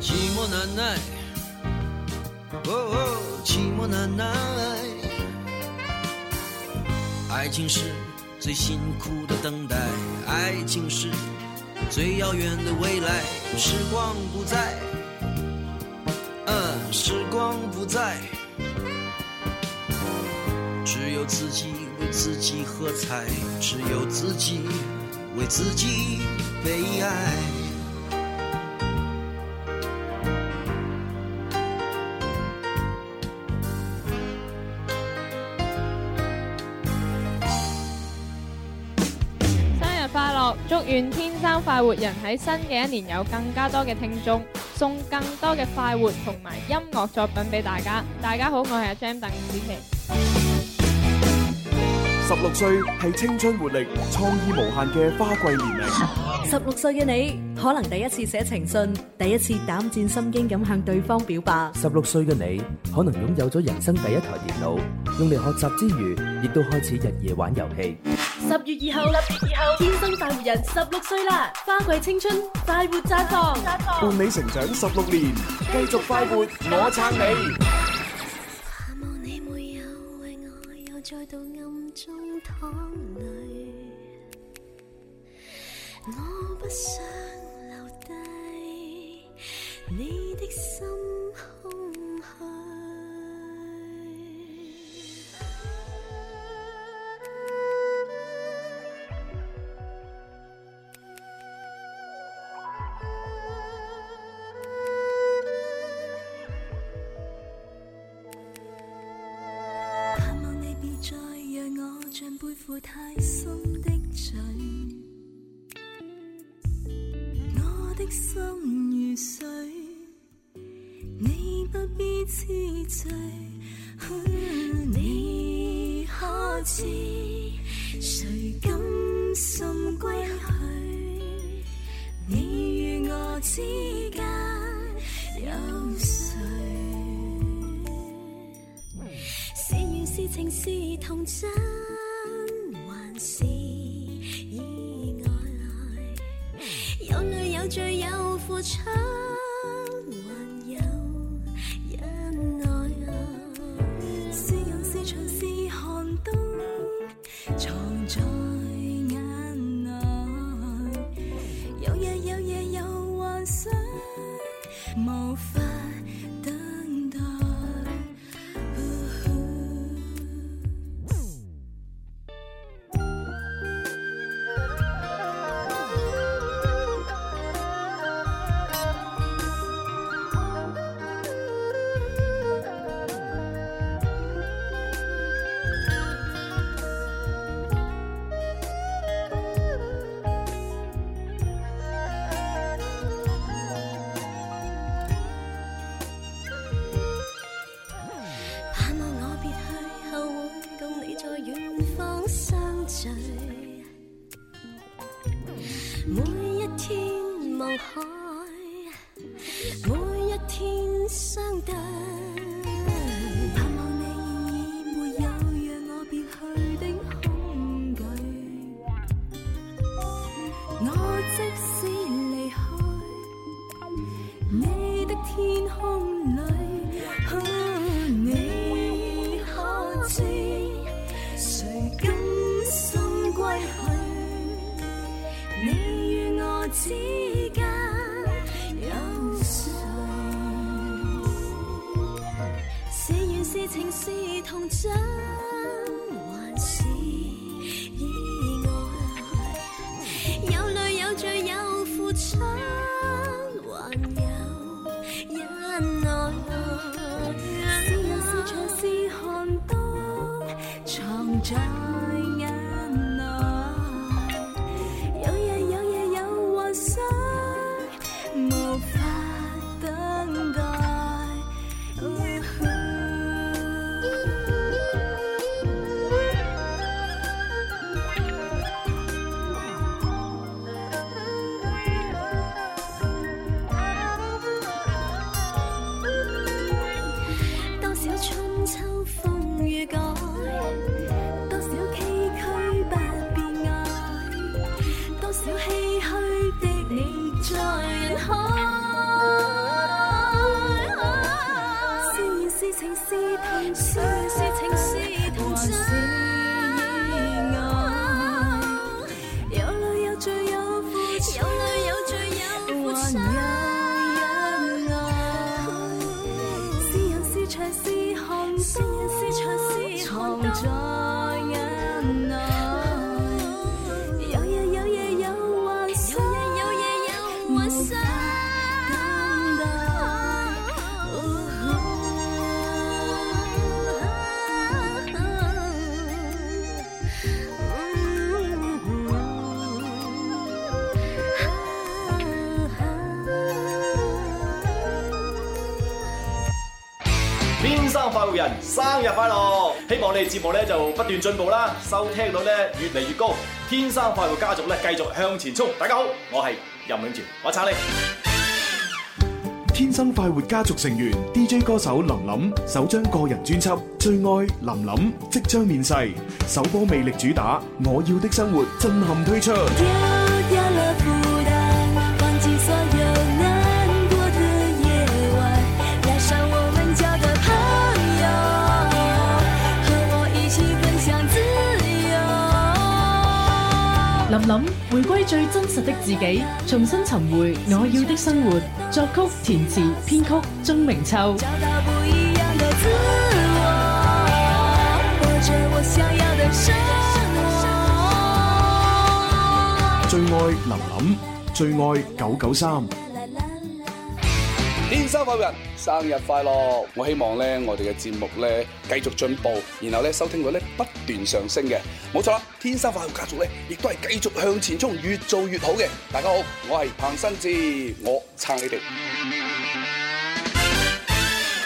Speaker 1: 寂寞难耐，哦哦，寂寞难耐。爱情是最辛苦的等待，爱情是最遥远的未来。时光不再，嗯，时光不再，只有自己为自己喝彩，只有自己为自己悲哀。
Speaker 23: 生日快樂！祝願天生快活人喺新嘅一年有更加多嘅聽眾，送更多嘅快活同埋音樂作品俾大家。大家好，我係阿 Jam 鄧紫棋。
Speaker 6: 十六歲係青春活力、創意無限嘅花季年齡。
Speaker 15: 十六歲嘅你，可能第一次寫情信，第一次膽戰心驚咁向對方表白。
Speaker 16: 十六歲嘅你，可能擁有咗人生第一台電腦，用嚟學習之餘，亦都開始日夜玩遊戲。
Speaker 7: 十月二號，十月二號，天生快活人十六歲啦，花季青春，快活绽放。
Speaker 6: 伴你成長十六年，繼續快活，我撐你。
Speaker 18: 又再度暗中淌淚，我不想留低你的心空虛。盼望你別再讓我像背負太深的罪，我的心如水，你不必痴醉。你可知誰甘心歸去？你與我之間有誰？是緣是情是童真，還是意外來？有淚有罪有付出，還有忍耐。是人是牆是寒冬，藏在眼內。有夜有夜有幻想，無法等待。盼望我別去後會，共你在遠方相聚。每一天望海，每一天相對。盼望你現已沒有讓我別去的恐懼。我即使離開。你的天空裏，哼你指甲有谁？是缘是情是童真，還是意外？有淚有罪有付出，還有忍耐。是冷是長是寒冬，藏在眼內。有日有夜有幻想，無法等待。多少春秋風雨改，多少崎嶇不變愛，多少唏噓的你在人海。是緣是情是童是緣是情是童真。有淚有罪有付出，有淚有罪有付出，還有忍耐。是人是牆是寒冬，是人是牆是寒冬，在眼內。有日有夜有幻想，有日有夜有幻想。等
Speaker 3: 天生快活人生日快樂！希望你哋節目咧就不斷進步啦，收聽率咧越嚟越高，天生快活家族咧繼續向前衝！大家好，我係任永全，我撐你。
Speaker 9: 天生快活家族成員 DJ 歌手林林首張個人專輯《最愛林林》即將面世，首波魅力主打《我要的生活》震撼推出。
Speaker 18: 掉了负担，忘记所有难过的夜晚，带上我们交的朋友，和我一起分享自由。
Speaker 24: 林林回歸最真實的自己，重新尋回我要的生活。作曲、填詞、編曲，鍾明秋。
Speaker 18: 不一樣的自我，过着我想要的生活。
Speaker 9: 最愛林林，最愛九九三。
Speaker 25: 天生快活人生日快樂！我希望咧，我哋嘅節目咧繼續進步，然後咧收聽率咧不斷上升嘅。冇錯啦，天生快活家族咧亦都係繼續向前衝，越做越好嘅。大家好，我係彭新志，我撐你哋。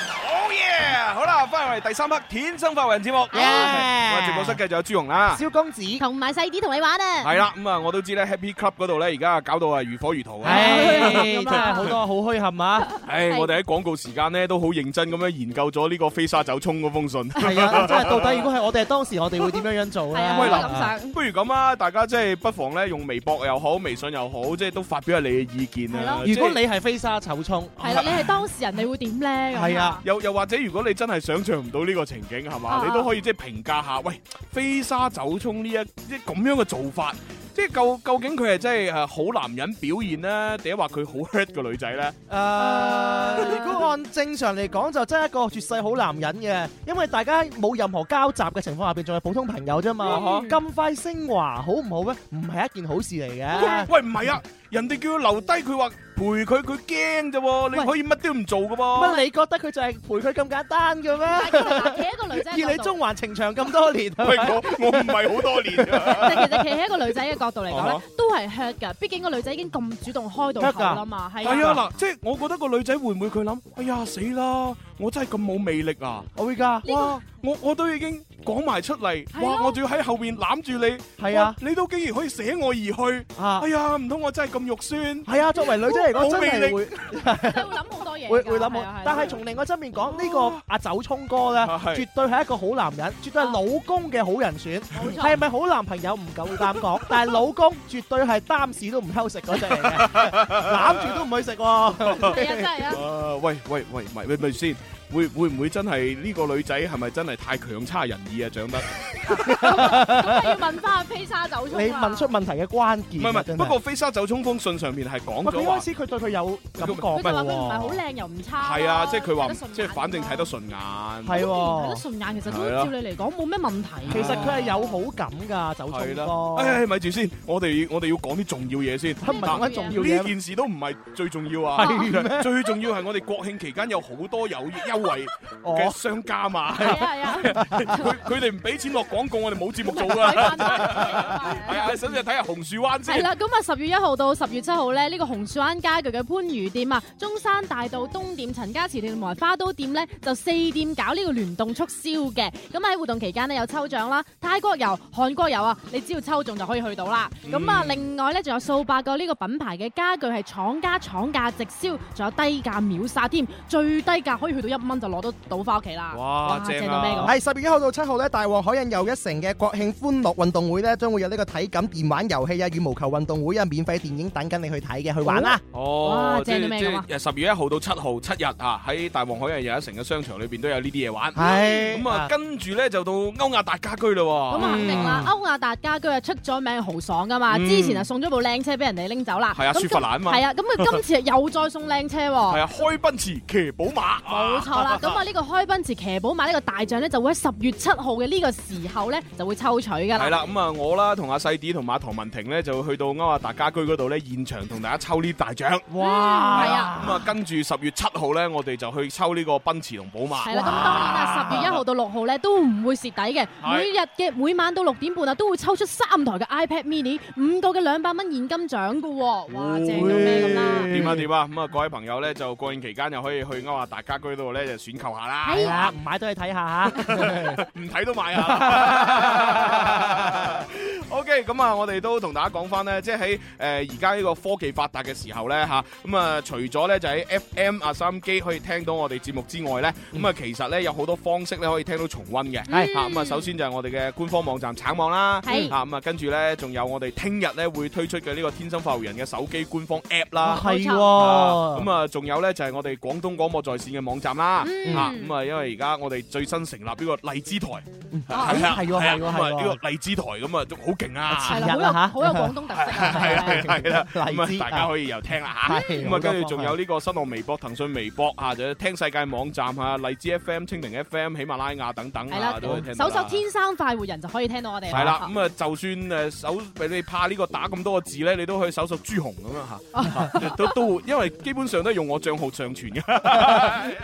Speaker 4: 好嘢！好啦，翻嚟第三 part《天生發圍人》節目，我哋直播室繼續有朱紅啦。
Speaker 5: 萧公子同埋細啲同你玩啊！
Speaker 4: 系啦，咁啊，我都知咧，Happy Club 嗰度咧，而家搞到啊如火如荼啊！
Speaker 6: 唉真係好多好虛冚啊！
Speaker 4: 唉，我哋喺廣告時間咧都好認真咁樣研究咗呢個飛沙走衝嗰封信。
Speaker 6: 係啊，真係到底如果係我哋當時，我哋會點樣樣做啊咧？
Speaker 5: 啊
Speaker 4: 喂嗱，不如咁啊，大家即係不妨咧用微博又好，微信又好，即係都發表下你嘅意見啊。
Speaker 6: 如果你係飛沙走衝，
Speaker 5: 係啦，你係當事人，你會點咧？咁
Speaker 4: 係，啊又又或者如果你真係想象唔到呢個情景係嘛
Speaker 5: 啊，
Speaker 4: 你都可以即係評價下，喂，飛沙走衝呢一即係咁樣嘅做法。即係究究竟佢係真係呃誒好男人表現咧，定係話佢好 hurt 個女仔咧？
Speaker 5: 啊
Speaker 6: 誒，如果按正常嚟講，就真係一個絕世好男人嘅，因為大家冇任何交集嘅情況下邊，仲係普通朋友啫嘛。咁快升華好唔好咧？唔係一件好事嚟嘅。
Speaker 4: 喂，唔係啊，人哋叫佢留低，佢話陪佢，佢驚啫喎，你可以乜都唔做噶噃。
Speaker 6: 乜你覺得佢就係陪佢咁簡單 嘅
Speaker 5: 企
Speaker 6: 咩？
Speaker 5: 喺一個女仔
Speaker 6: 以
Speaker 5: 嘅角
Speaker 6: 你
Speaker 5: 度，
Speaker 6: 中環情場咁多年，
Speaker 4: 喂，我我唔係好 多年啊。
Speaker 5: 但其實企喺一個女仔嘅角度嚟講
Speaker 4: 啊哈
Speaker 5: 咧，都係 hurt 㗎。畢竟個女仔已經咁主動開到口啦嘛，係
Speaker 4: 係啊，嗱，即係我覺得個女仔會唔會佢諗，哎呀死啦，我真係咁冇魅力啊！
Speaker 6: 我會㗎，
Speaker 4: 哇，我我都已經講埋出嚟，
Speaker 6: 係
Speaker 4: 哇，
Speaker 6: 咯
Speaker 4: 我仲要喺後面攬住你，
Speaker 6: 係啊
Speaker 4: 哇你都竟然可以捨我而去，
Speaker 6: 啊
Speaker 4: 哎呀，唔通我真係咁肉酸？
Speaker 6: 係啊，作為女仔嚟講，
Speaker 4: 冇
Speaker 6: 真
Speaker 4: 魅
Speaker 6: 係
Speaker 4: 力
Speaker 6: 會。會會諗好，但係哦從另外一側面講，呢個阿走聰哥咧，
Speaker 4: 啊係
Speaker 6: 絕對係一個好男人，絕對係老公嘅好人選。
Speaker 5: 錯
Speaker 6: 係咪好男朋友唔夠膽 講，但係老公絕對係擔屎都唔偷食嗰只嚟 嘅，攬住都唔去食喎。
Speaker 5: 係啊
Speaker 4: 啊，喂喂喂，咪咪咪先，會會唔會真係呢個女仔係咪真係太強差人意啊？長得
Speaker 5: 咁要問翻阿飛沙走
Speaker 6: 你
Speaker 5: 衝啊！
Speaker 6: 問出問題嘅關鍵，啊
Speaker 4: 唔係唔係，
Speaker 6: 真
Speaker 4: 不過飛沙走衝鋒信上面係講
Speaker 6: 喂佢
Speaker 4: 咗
Speaker 6: 一
Speaker 4: 話
Speaker 6: 開。始佢對佢有感覺
Speaker 5: 佢
Speaker 6: 㗎
Speaker 5: 就話佢唔係
Speaker 6: 喎
Speaker 5: 好。靚又唔差咯，
Speaker 4: 係啊，即係佢
Speaker 5: 睇
Speaker 4: 話
Speaker 5: 得順眼
Speaker 4: 即係反正睇得順眼。
Speaker 6: 係
Speaker 5: 睇得
Speaker 6: 喎，
Speaker 5: 順眼，其實都
Speaker 4: 係咯
Speaker 5: 照你嚟講冇咩問題。
Speaker 6: 其實佢係有好感㗎，走
Speaker 4: 係
Speaker 6: 中
Speaker 4: 啦哎
Speaker 6: 哥，。
Speaker 4: 誒咪住先，我哋我哋要講啲重要嘢先。
Speaker 6: 唔係講緊重要嘢
Speaker 4: 呢件事都唔係最重要啊
Speaker 6: 係咩，
Speaker 4: 最重要係我哋國慶期間有好多有優惠
Speaker 6: 哦
Speaker 4: 嘅商家嘛。係
Speaker 5: 啊
Speaker 4: 係啊，佢佢哋唔俾錢落廣告，我哋冇節目做 啊。係啊，首先睇下紅樹灣
Speaker 5: 係
Speaker 4: 先。
Speaker 5: 啦，咁啊十月一號到十月七號咧，呢個紅樹灣家具嘅番禺店啊、中山大道東店、陳家祠店同埋花都店咧，就四店搞呢個聯動促銷嘅。咁啊喺活動期間呢，有抽獎啦，泰國遊、韓國遊啊，你只要抽中就可以去到啦。咁啊，
Speaker 11: 嗯
Speaker 5: 另外咧仲有數百個呢個品牌嘅家具係廠家廠價直銷，仲有低價秒殺添，最低價可以去到一蚊就攞得到翻屋企啦。
Speaker 4: 哇啊
Speaker 5: 正
Speaker 6: 啊
Speaker 5: 到咩咁？
Speaker 6: 係十月一號到七號咧，大旺海印又一城嘅國慶歡樂運動會咧，將會有呢個體感電玩遊戲啊、羽毛球運動會啊、免費電影等緊你去睇嘅，去玩啦！
Speaker 5: 啊
Speaker 4: 哦，
Speaker 6: 哇
Speaker 4: 即
Speaker 6: 正到咩咁
Speaker 4: 係
Speaker 6: 啊
Speaker 4: 即係十月一號到七號七日啊，喺大旺海又一城嘅商場裏邊都有呢啲嘢玩。
Speaker 6: 係嗯
Speaker 4: 咁啊，跟住咧就到歐亞達家居嘞喎。
Speaker 5: 咁啊肯定啦，歐亞達家居啊出咗名豪爽噶嘛，
Speaker 4: 嗯
Speaker 5: 之前啊送咗部靚車俾人哋拎走啦，
Speaker 4: 係啊
Speaker 5: 咁
Speaker 4: 雪佛蘭嘛
Speaker 5: 係啊，咁 佢今次又再送靚車
Speaker 4: 係
Speaker 5: 喎。
Speaker 4: 啊，開奔馳騎寶馬。
Speaker 5: 冇錯啦，咁啊呢個開奔馳騎寶馬呢個大獎咧，就會喺十月七號嘅呢個時候咧就會抽取㗎啦。
Speaker 4: 係啦，咁啊，我啦同阿細啲同埋阿唐文婷咧，就去到歐亞達家居嗰度咧，現場同大家抽呢大獎。
Speaker 6: 哇
Speaker 5: 嗯係啊！
Speaker 4: 咁啊，跟住十月七號咧，我哋就去抽呢個奔馳同寶馬。
Speaker 5: 係啦，咁當然啦，十月一號到六號咧都唔會蝕底嘅，
Speaker 4: 係
Speaker 5: 每日嘅每晚到六點半啊都會抽出三台嘅 iPad mini，五個嘅兩百蚊現金獎㗎喎，
Speaker 4: 哦
Speaker 5: 哇正到咩咁啦！
Speaker 4: 點啊點啊！咁啊，各位朋友咧，就過年期間又可以去歐亞達家居度咧，就選購下啦。
Speaker 6: 係啦，唔買都去睇下嚇。
Speaker 4: 唔睇都買啊！OK，咁啊，我哋都同大家講翻咧，即係喺誒呃而家呢個科技發達嘅時候咧吓，咁啊除咗咧就喺 FM 啊收音機可以聽到我哋節目之外咧，
Speaker 6: 嗯
Speaker 4: 咁啊其實咧有好多方式咧可以聽到重温嘅，
Speaker 6: 係
Speaker 4: 嚇咁啊首先就係我哋嘅官方網站橙網啦，
Speaker 6: 嗯係
Speaker 4: 嚇咁啊跟住咧仲有我哋聽日咧會推出嘅呢個天生發育人嘅手機官方 App 啦，
Speaker 6: 係喎
Speaker 4: 啊咁啊仲有咧就係我哋廣東廣播在線嘅網站啦，
Speaker 6: 嗯
Speaker 4: 嚇咁啊因為而家我哋最新成立呢個荔枝台。
Speaker 6: 啊係喎係喎
Speaker 4: 咁啊
Speaker 6: 係喎
Speaker 4: 呢個荔枝台咁啊，都好勁啊！
Speaker 6: 前日啦嚇，
Speaker 5: 特
Speaker 4: 係
Speaker 12: 啊
Speaker 4: 係係係啦，
Speaker 6: 荔枝
Speaker 4: 咁啊，大家可以又聽啦嚇。
Speaker 6: 係
Speaker 4: 咁啊，
Speaker 6: 好多
Speaker 4: 跟住
Speaker 6: 方
Speaker 4: 仲
Speaker 6: 向
Speaker 4: 有呢個新浪微博、騰訊微博啊，就聽世界網站啊、荔枝 FM、蜻蜓 FM、喜馬拉雅等等
Speaker 5: 係
Speaker 4: 啊，都可以
Speaker 5: 啦，
Speaker 4: 聽
Speaker 5: 搜
Speaker 4: 到啦。
Speaker 5: 索天生快活人就可以聽到我哋。
Speaker 4: 係啦，咁啊，就算誒搜俾你怕呢個打咁多個字咧，你都可以搜索朱紅咁啊嚇，都都會因為基本上都係用我帳號上傳嘅。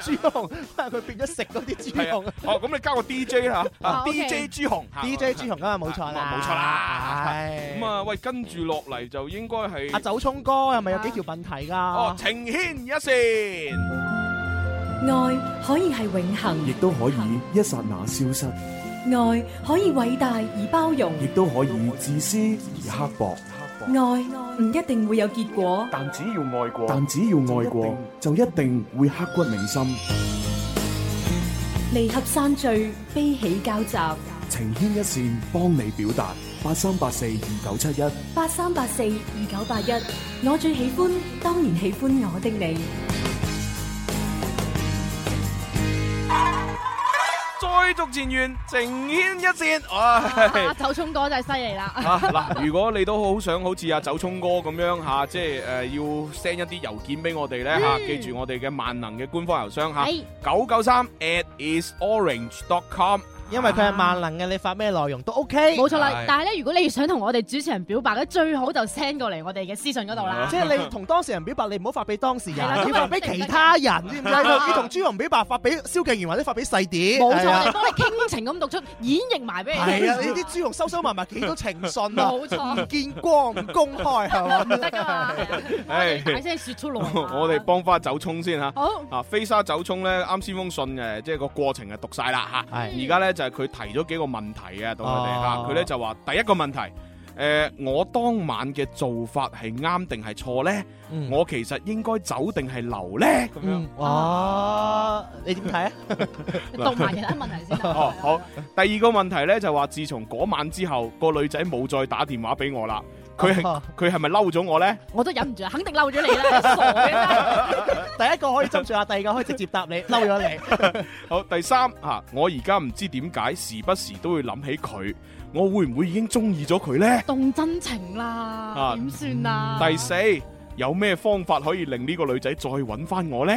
Speaker 6: 豬紅，佢變咗食嗰啲豬
Speaker 4: 係
Speaker 6: 紅
Speaker 4: 啊。，哦，咁你加個 DJ 嚇
Speaker 6: 啊
Speaker 4: 啊
Speaker 6: ，OK
Speaker 4: ，DJ 朱紅嚇
Speaker 6: DJ 朱紅啊，冇錯啦，
Speaker 4: 冇錯啦。
Speaker 6: 係
Speaker 4: 咁啊，喂，跟住落嚟就應該係
Speaker 6: 阿啊走聰哥係咪有幾條問題㗎？
Speaker 4: 哦，情牽一線。
Speaker 24: 愛可以係永恒，
Speaker 9: 亦都可以一刹那消失，
Speaker 24: 愛可以偉大而包容，
Speaker 9: 亦都可以自私而刻薄。
Speaker 24: 愛唔一定會有結果。
Speaker 9: 但只要愛過，但只要愛過，就一定會刻骨銘心。
Speaker 24: 離合散聚，悲喜交集。
Speaker 9: 情牽一線，幫你表達。八三八四二九七一。
Speaker 24: 八三八四二九八一，我最喜歡，當然喜歡我的你。
Speaker 4: 再續前緣，情牽一線。
Speaker 5: 啊
Speaker 4: 唉
Speaker 5: 阿走聰哥真係犀利啦！
Speaker 4: 啊嗱，如果你都好想好似阿走聰哥咁樣嚇，即係誒要 send 一啲郵件俾我哋咧嚇，
Speaker 5: 嗯
Speaker 4: 記住我哋嘅萬能嘅官方郵箱嚇，
Speaker 6: 係
Speaker 4: 九九三 at isorange.com。
Speaker 6: 因為佢係萬能嘅，你發咩內容都 OK。
Speaker 5: 冇錯啦
Speaker 4: 係，
Speaker 5: 但係咧，如果你想同我哋主持人表白咧，最好就 send 過嚟我哋嘅私信嗰度啦。
Speaker 6: 即係你同當事人表白，你唔好發俾當事人
Speaker 5: 係啦，咁啊
Speaker 6: 要
Speaker 5: 咪
Speaker 6: 發俾其他人，知唔知？
Speaker 5: 啊
Speaker 6: 你同朱紅表白，發俾蕭敬元或者發俾細碟。
Speaker 5: 冇錯，
Speaker 6: 係
Speaker 5: 我
Speaker 6: 啊
Speaker 5: 哋幫你傾情咁讀出，演繹埋俾你。
Speaker 6: 係啊，呢啲朱紅收收埋埋幾多情信啊，
Speaker 5: 冇錯
Speaker 6: 唔見光唔公開係嘛？
Speaker 5: 唔得㗎嘛，
Speaker 4: 唉
Speaker 5: 大聲説出來。
Speaker 4: 我哋幫翻走聰先嚇，
Speaker 5: 好
Speaker 4: 啊飛沙走聰咧，啱先封信誒，即係個過程啊讀晒啦嚇。
Speaker 6: 係
Speaker 4: 而家咧就係佢提咗幾個問題啊，到我哋嚇，
Speaker 6: 哦
Speaker 4: 佢咧就話第一個問題，誒我當晚嘅做法係啱定係錯咧？
Speaker 6: 嗯
Speaker 4: 我其實應該走定係留咧？咁樣。
Speaker 6: 哇！你 點睇啊？
Speaker 5: 讀埋其他問
Speaker 6: 嗯
Speaker 5: 題先啊。
Speaker 4: 哦，好。第二個問題咧就話，自從嗰晚之後，個女仔冇再打電話俾我啦。佢
Speaker 6: 哦
Speaker 4: 係佢係咪嬲咗我咧？
Speaker 5: 我都忍唔住啊啦，肯定嬲咗你啦，傻嘅真係。
Speaker 6: 第一個可以斟酌下，第二個可以直接答 你，嬲咗你。
Speaker 4: 好，第三啊，我而家唔知點解時不時都會諗起佢，我會唔會已經中意咗佢呢？
Speaker 5: 動真情啦，
Speaker 4: 啊
Speaker 5: 點算啊？
Speaker 4: 第四，有咩方法可以令呢個女仔再揾翻我呢？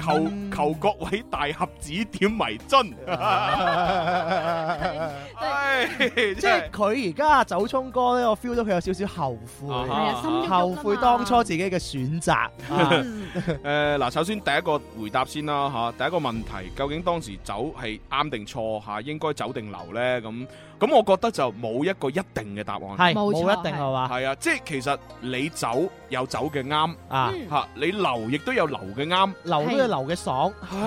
Speaker 4: 求求各位大俠指點迷津。
Speaker 6: 即係佢而家走葱哥咧，我 feel 到佢有少少後悔，
Speaker 4: 啊哈係啊心喐喐㗎嘛
Speaker 6: 後悔當初自己嘅選擇。 啊
Speaker 4: 誒嗱，首先第一個回答先啦嚇，第一個問題究竟當時走係啱定錯嚇，應該走定留呢？咁咁，我覺得就冇一個一定嘅答案，
Speaker 6: 係冇錯冇一定係嘛
Speaker 4: 係啊，即係其實你走有走嘅啱
Speaker 6: 啊
Speaker 4: 嚇，你留亦都有留嘅啱，
Speaker 6: 留都有留嘅爽。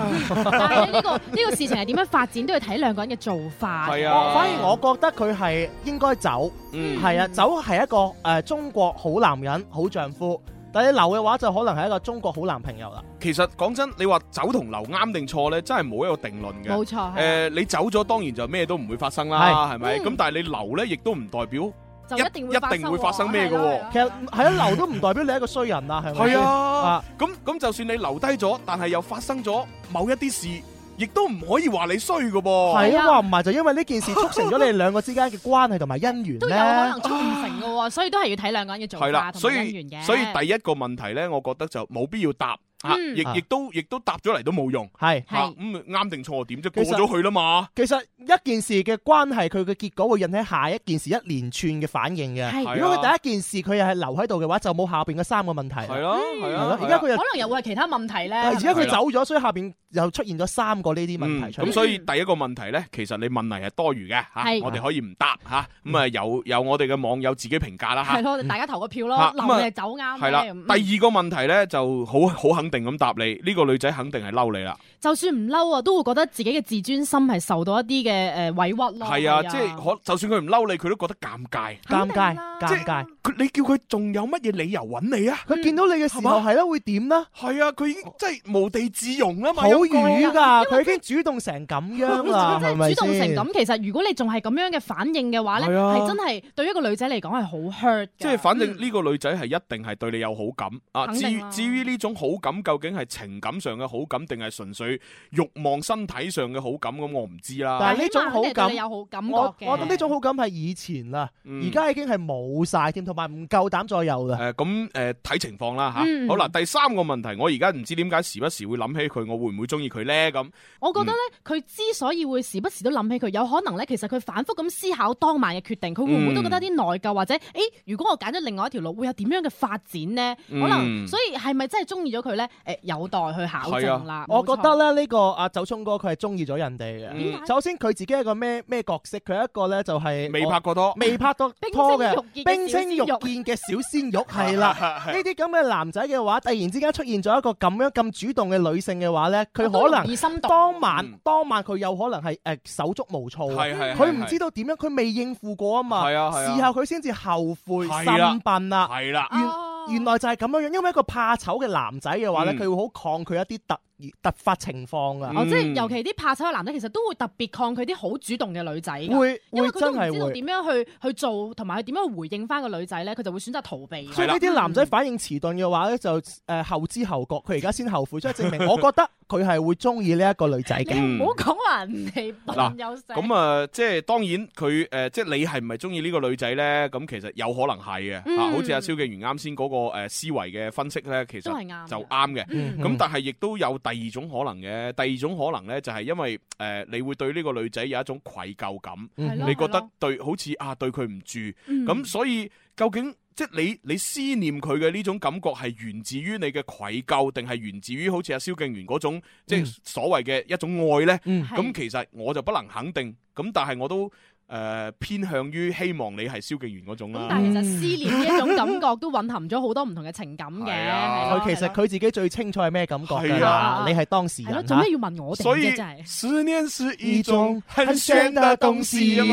Speaker 5: 但係咧
Speaker 6: 啊
Speaker 5: 呢個呢個事情係點樣發展都要睇兩個人嘅做法。
Speaker 6: 係啊反而我覺得佢係應該走，
Speaker 4: 嗯
Speaker 6: 係啊，走係一個誒、呃中國好男人、好丈夫。但係你留嘅話，就可能係一個中國好男朋友啦。
Speaker 4: 其實講真，你話走同留啱定錯呢，真係冇一個定論嘅。
Speaker 6: 冇錯係啊
Speaker 4: 誒，你走咗當然就咩都唔會發生啦，
Speaker 6: 係
Speaker 4: 係咪？
Speaker 6: 嗯
Speaker 4: 咁但係你留呢，亦都唔代表
Speaker 5: 就一定會
Speaker 4: 一定會發生咩嘅
Speaker 5: 喎。
Speaker 4: 喎。
Speaker 6: 其實係啊，留都唔代表你係一個衰人啦，係咪
Speaker 4: 係
Speaker 6: 先？
Speaker 4: 啊，咁咁就算你留低咗，但係又發生咗某一啲事，亦都唔可以話你衰嘅噃。
Speaker 6: 係啊，話唔埋就因為呢件事促成咗你哋兩個之間嘅關係同埋姻緣
Speaker 5: 都有可能促唔成嘅喎，所以都係要睇兩個人嘅做
Speaker 4: 係啦
Speaker 5: 法，同
Speaker 4: 所
Speaker 5: 埋姻緣
Speaker 4: 以
Speaker 5: 嘅。
Speaker 4: 所以第一個問題呢，我覺得就冇必要答。吓，
Speaker 5: 嗯
Speaker 4: 亦亦都亦都答咗嚟都冇用，
Speaker 6: 係
Speaker 4: 吓咁啱定錯點啫，過咗去啦嘛。
Speaker 6: 其實一件事嘅關係，佢嘅結果會引起下一件事一連串嘅反應
Speaker 4: 係啊
Speaker 6: 嘅。如果佢第一件事佢又係留喺度嘅話，就冇下邊嘅三個問題。係
Speaker 4: 咯，
Speaker 6: 係
Speaker 5: 係
Speaker 6: 咯
Speaker 5: 啊，
Speaker 6: 而家佢又
Speaker 5: 可能又會係其他問題咧。
Speaker 6: 而家
Speaker 4: 係
Speaker 6: 佢
Speaker 4: 啦
Speaker 6: 走咗，所以下邊又出現咗三個呢啲問題
Speaker 4: 嗯
Speaker 6: 出嚟。
Speaker 4: 咁所以第一個問題呢，其實你問嚟係多餘嘅吓
Speaker 5: 係，
Speaker 4: 我哋可以唔答吓，咁啊有有我哋嘅網友自己評價啦吓。
Speaker 5: 係咯，大家投個票
Speaker 4: 啊
Speaker 5: 咯，留
Speaker 4: 咁啊
Speaker 5: 定係走啱嗯
Speaker 4: 係啦，
Speaker 5: 咧咁
Speaker 4: 第二個問題呢，就好好肯定咁答你，呢、個女仔肯定係嬲你啦。
Speaker 5: 就算唔嬲啊，都會覺得自己嘅自尊心係受到一啲嘅誒呃委屈咯。
Speaker 4: 係啊，即係可就算佢唔嬲你，佢都覺得尷尬。
Speaker 6: 尷尬，尷尬。
Speaker 4: 佢你叫佢仲有乜嘢理由揾你啊？
Speaker 6: 佢見到你嘅時候係咯，會點呢？
Speaker 4: 係啊，佢已經即係無地自容啊啦嘛。
Speaker 6: 好
Speaker 4: 陰公啊
Speaker 6: 瘀㗎，佢已經主動成咁樣 啦，係咪
Speaker 5: 主動成
Speaker 6: 先
Speaker 5: 咁，其實如果你仲係咁樣嘅反應嘅話咧，
Speaker 4: 係啊
Speaker 5: 係真係對於一個女仔嚟講係好 hurt
Speaker 4: 即係反正呢個女仔係一定係對你有好感
Speaker 5: 嗯
Speaker 4: 啊。
Speaker 5: 肯
Speaker 4: 至
Speaker 5: 定
Speaker 4: 於
Speaker 5: 啦
Speaker 4: 至於呢種好感究竟係情感上嘅好感，定係純粹慾望身體上嘅好感咁，我唔知啦。
Speaker 6: 但係呢種好
Speaker 5: 肯定對
Speaker 6: 感，
Speaker 5: 你有好感覺
Speaker 6: 我
Speaker 5: 嘅
Speaker 6: 我覺得呢種好感係以前啦，
Speaker 4: 嗯
Speaker 6: 而家已經係冇晒添，同埋唔夠膽再有啦。
Speaker 4: 誒咁誒睇情況啦嚇。
Speaker 5: 嗯
Speaker 4: 好啦，第三個問題，我而家唔知點解時不時會諗起佢，我會唔會中意佢呢？咁
Speaker 5: 我
Speaker 4: 嗯
Speaker 5: 覺得咧，佢之所以會時不時都諗起佢，有可能咧，其實佢反覆咁思考當晚嘅決定，佢會唔會都覺得有啲內疚，或者誒，如果我揀咗另外一條路，會有點樣嘅發展呢？
Speaker 6: 嗯
Speaker 5: 可能所以係咪真係中意咗佢咧？誒，有待去
Speaker 4: 啊
Speaker 5: 考證啦。
Speaker 6: 我
Speaker 5: 冇錯
Speaker 6: 覺得咧呢個阿走聰哥佢係中意咗人哋
Speaker 4: 嗯
Speaker 6: 嘅。首先佢自己係個咩咩角色？佢係一個咧就係
Speaker 4: 未拍過拖
Speaker 6: 未拍到拖嘅
Speaker 5: 冰
Speaker 6: 冰
Speaker 5: 清
Speaker 6: 清
Speaker 5: 玉
Speaker 6: 玉
Speaker 5: 潔
Speaker 6: 見嘅小鮮肉係 啦。呢啲咁嘅男仔嘅話，突然之間出現咗一個咁樣咁主動嘅女性嘅話咧，佢可
Speaker 5: 容易心
Speaker 6: 能當晚當晚佢有可能係誒手足無措啊，
Speaker 4: 嗯係係係
Speaker 6: 佢唔
Speaker 4: 係
Speaker 6: 知道點樣，佢未應付過啊嘛。
Speaker 4: 係啊係啊
Speaker 6: 事後佢先至後悔
Speaker 4: 係啦
Speaker 6: 心笨啦。
Speaker 4: 嗯係啦。
Speaker 5: 哦
Speaker 6: 原原來就係咁樣樣，因為一個怕醜嘅男仔嘅話咧，佢
Speaker 4: 嗯
Speaker 6: 會好抗拒一啲突突發情況啊。
Speaker 5: 哦，即係尤其啲怕醜嘅男仔，其實都會特別抗拒啲好主動嘅女仔㗎，
Speaker 6: 會
Speaker 5: 因為佢都
Speaker 6: 嗯會真係
Speaker 5: 唔知道
Speaker 6: 會
Speaker 5: 點樣去去做，同埋佢點樣回應翻個女仔咧，佢就會選擇逃避。
Speaker 6: 所以呢啲男仔反應遲鈍嘅話咧，就誒後知後覺，佢而家先後悔，所以證明我覺得佢係會中意呢一個女仔嘅。
Speaker 4: 嗯
Speaker 5: 唔好講話人哋笨又死。
Speaker 4: 咁啊，即係當然佢誒、呃即係你係唔係中意呢個女仔呢？咁其實有可能係嘅、
Speaker 5: 嗯
Speaker 4: 啊，好似阿蕭敬元啱先嗰個呃思維嘅分析呢，其實
Speaker 5: 都係啱嘅
Speaker 4: 就啱嘅。咁、
Speaker 5: 嗯
Speaker 4: 但係亦都有第二種可能嘅，第二種可能呢，就係因為誒、呃你會對呢個女仔有一種愧疚感，
Speaker 5: 嗯
Speaker 4: 你覺
Speaker 5: 係
Speaker 4: 得
Speaker 5: 咯
Speaker 4: 對好似啊對佢唔住，咁、
Speaker 5: 嗯
Speaker 4: 所以究竟？即係你你思念佢嘅呢種感覺係源自於你嘅愧疚，定係源自於好似阿蕭敬元嗰種即係所謂嘅一種愛呢？
Speaker 6: 嗯
Speaker 4: 咁、
Speaker 5: 係
Speaker 4: 其實我就不能肯定，咁但係我都誒、呃偏向於希望你係蕭敬元嗰種啦。
Speaker 5: 但係其實思念呢一種感覺都蘊含咗好多唔同嘅情感嘅。
Speaker 4: 係啊
Speaker 5: 係咯
Speaker 6: 佢其實佢自己最清楚係咩感覺㗎
Speaker 4: 係啊
Speaker 6: 啦，你係當事
Speaker 5: 係咯，
Speaker 6: 人
Speaker 5: 做咩
Speaker 6: 嚇
Speaker 5: 要問我哋
Speaker 4: 所以
Speaker 5: 啫？真係
Speaker 4: 思念是
Speaker 6: 一種
Speaker 4: 很
Speaker 6: 炫
Speaker 4: 的
Speaker 6: 東
Speaker 4: 西啊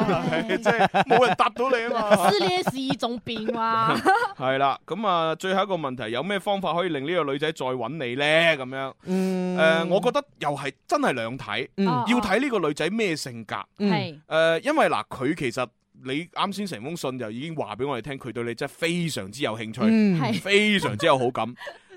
Speaker 4: 嘛， 即係冇人答到你啊嘛。
Speaker 5: 思念是一種變化。
Speaker 4: 係啦，咁啊，最後一個問題，有咩方法可以令呢個女仔再揾你呢？咁樣，誒、
Speaker 6: 嗯
Speaker 4: 呃我覺得又係真係兩睇，
Speaker 3: 哦
Speaker 6: 嗯
Speaker 4: 要睇呢個女仔咩性格。呃
Speaker 6: 嗯
Speaker 4: 誒、因為嗱，佢其實你啱先成封信就已經話俾我哋聽，佢對你真係非常之有興趣，
Speaker 3: 嗯係
Speaker 4: 非常之有好感。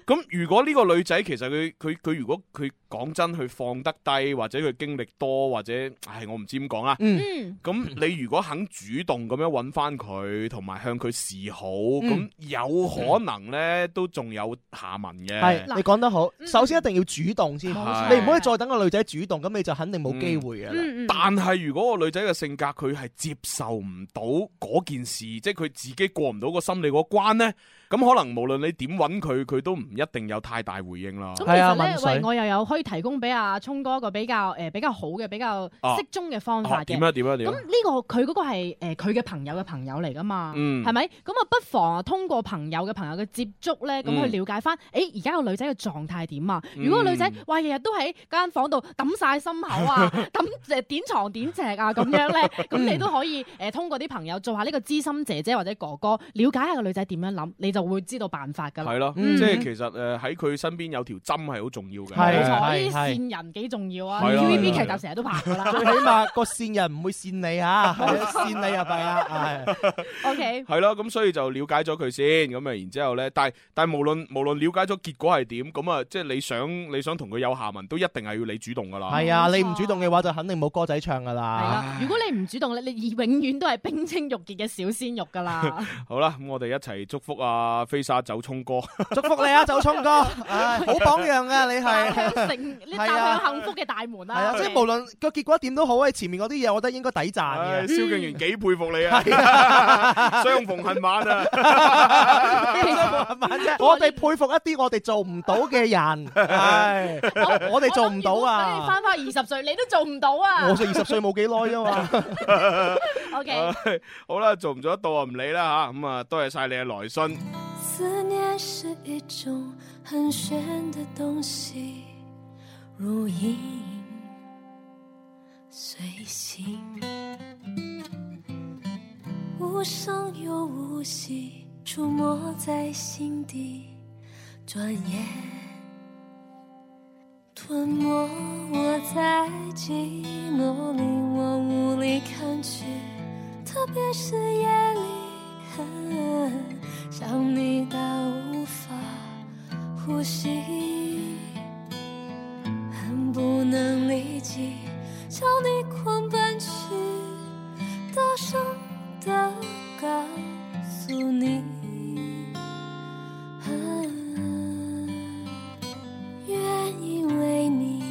Speaker 4: 咁如果呢個女仔其實佢佢佢如果佢講真，佢放得低，或者佢經歷多，或者唉我唔知點講啦。
Speaker 3: 嗯
Speaker 4: 咁你如果肯主動咁樣揾翻佢，同埋向佢示好，咁
Speaker 6: 嗯
Speaker 4: 有可能呢都仲有下文嘅。
Speaker 6: 係，你講得好。
Speaker 5: 嗯
Speaker 6: 首先一定要主動先，你
Speaker 4: 係嗯
Speaker 6: 唔可以再等個女仔主動，咁你就肯定冇機會
Speaker 5: 嗯
Speaker 6: 嘅啦。
Speaker 4: 但係如果個女仔嘅性格佢係接受唔到嗰件事，即係佢自己過唔到個心理嗰關呢，咁可能無論你點揾佢，佢都唔一定有太大回應啦。
Speaker 5: 咁其
Speaker 6: 啊
Speaker 5: 實咧，喂，我又有可以提供俾阿聰哥一個比較誒比較好嘅比較
Speaker 4: 啊
Speaker 5: 適中嘅方法
Speaker 4: 啊
Speaker 5: 嘅。
Speaker 4: 點啊點啊點啊
Speaker 5: 咁呢個佢嗰個係誒佢嘅朋友嘅朋友嚟噶嘛？
Speaker 4: 嗯
Speaker 5: 係咪？咁啊，不妨啊通過朋友嘅朋友嘅接觸咧，
Speaker 4: 嗯
Speaker 5: 咁去了解翻，誒而家個女仔嘅狀態點啊？如果個女仔
Speaker 23: 嗯
Speaker 5: 哇日日都喺間房度揼晒心口 啊，揼誒點床點席啊咁樣咧，咁
Speaker 23: 嗯
Speaker 5: 你都可以誒通過啲朋友做下呢個資深姐姐或者哥哥，了解下個女仔點樣諗，你就會知道辦法㗎啦。
Speaker 4: 係咯，
Speaker 5: 嗯
Speaker 4: 即係其實誒喺佢身邊有條針係好重要嘅。
Speaker 5: 冇錯，呢啲線人幾重要啊
Speaker 4: 係啦
Speaker 5: ！TVB
Speaker 4: 係
Speaker 5: 劇
Speaker 4: 啦
Speaker 5: 集成日都拍噶啦。
Speaker 6: 最起碼個線人唔會線你嚇，係啊線你啊弊啊，係。
Speaker 5: OK，
Speaker 4: 係咯，咁所以就了解咗佢先，咁啊，然之後咧，但係但係無論無論了解咗結果係點，咁啊，即係你想你想同佢有下文，都一定係要你主動噶啦。
Speaker 6: 係啊，你唔主動嘅話就肯定冇歌仔唱噶啦。
Speaker 5: 如果你唔主動咧，你永遠都係冰清玉潔嘅小鮮肉噶
Speaker 6: 啊
Speaker 5: 啦。
Speaker 4: 好啦，咁我哋一齊祝福啊飛沙走聰哥，
Speaker 6: 祝福你啊，周聰 哥，唉好榜樣啊， 你係。
Speaker 5: 成你踏
Speaker 6: 係啊
Speaker 5: 向幸福嘅大門
Speaker 6: 係啊
Speaker 5: 啦。，
Speaker 6: 即係無論個結果點都好，喺前面嗰啲嘢，我覺得應該抵賺嘅。
Speaker 4: 唉蕭敬元幾佩服你
Speaker 6: 哎係
Speaker 4: 啊！相逢恨晚啊！
Speaker 6: 我哋佩服一啲我哋做唔到嘅人， 唉，我哋做唔到
Speaker 5: 等你
Speaker 6: 啊！
Speaker 5: 翻翻二十歲，你都做唔到啊！
Speaker 6: 我就二十歲冇幾耐啫嘛。 啊
Speaker 5: OK
Speaker 4: 好啦，做唔做得到啊？唔理啦吓，咁啊，多謝晒你嘅來信。
Speaker 23: 思念是一种很玄的东西，如影随形，
Speaker 12: 无声又无息，触摸在心底，转眼吞没我在寂寞里，我无力抗拒，特别是夜里，想你到无法呼吸，恨不能立即朝你狂奔去，大声的告诉你。啊愿意为你，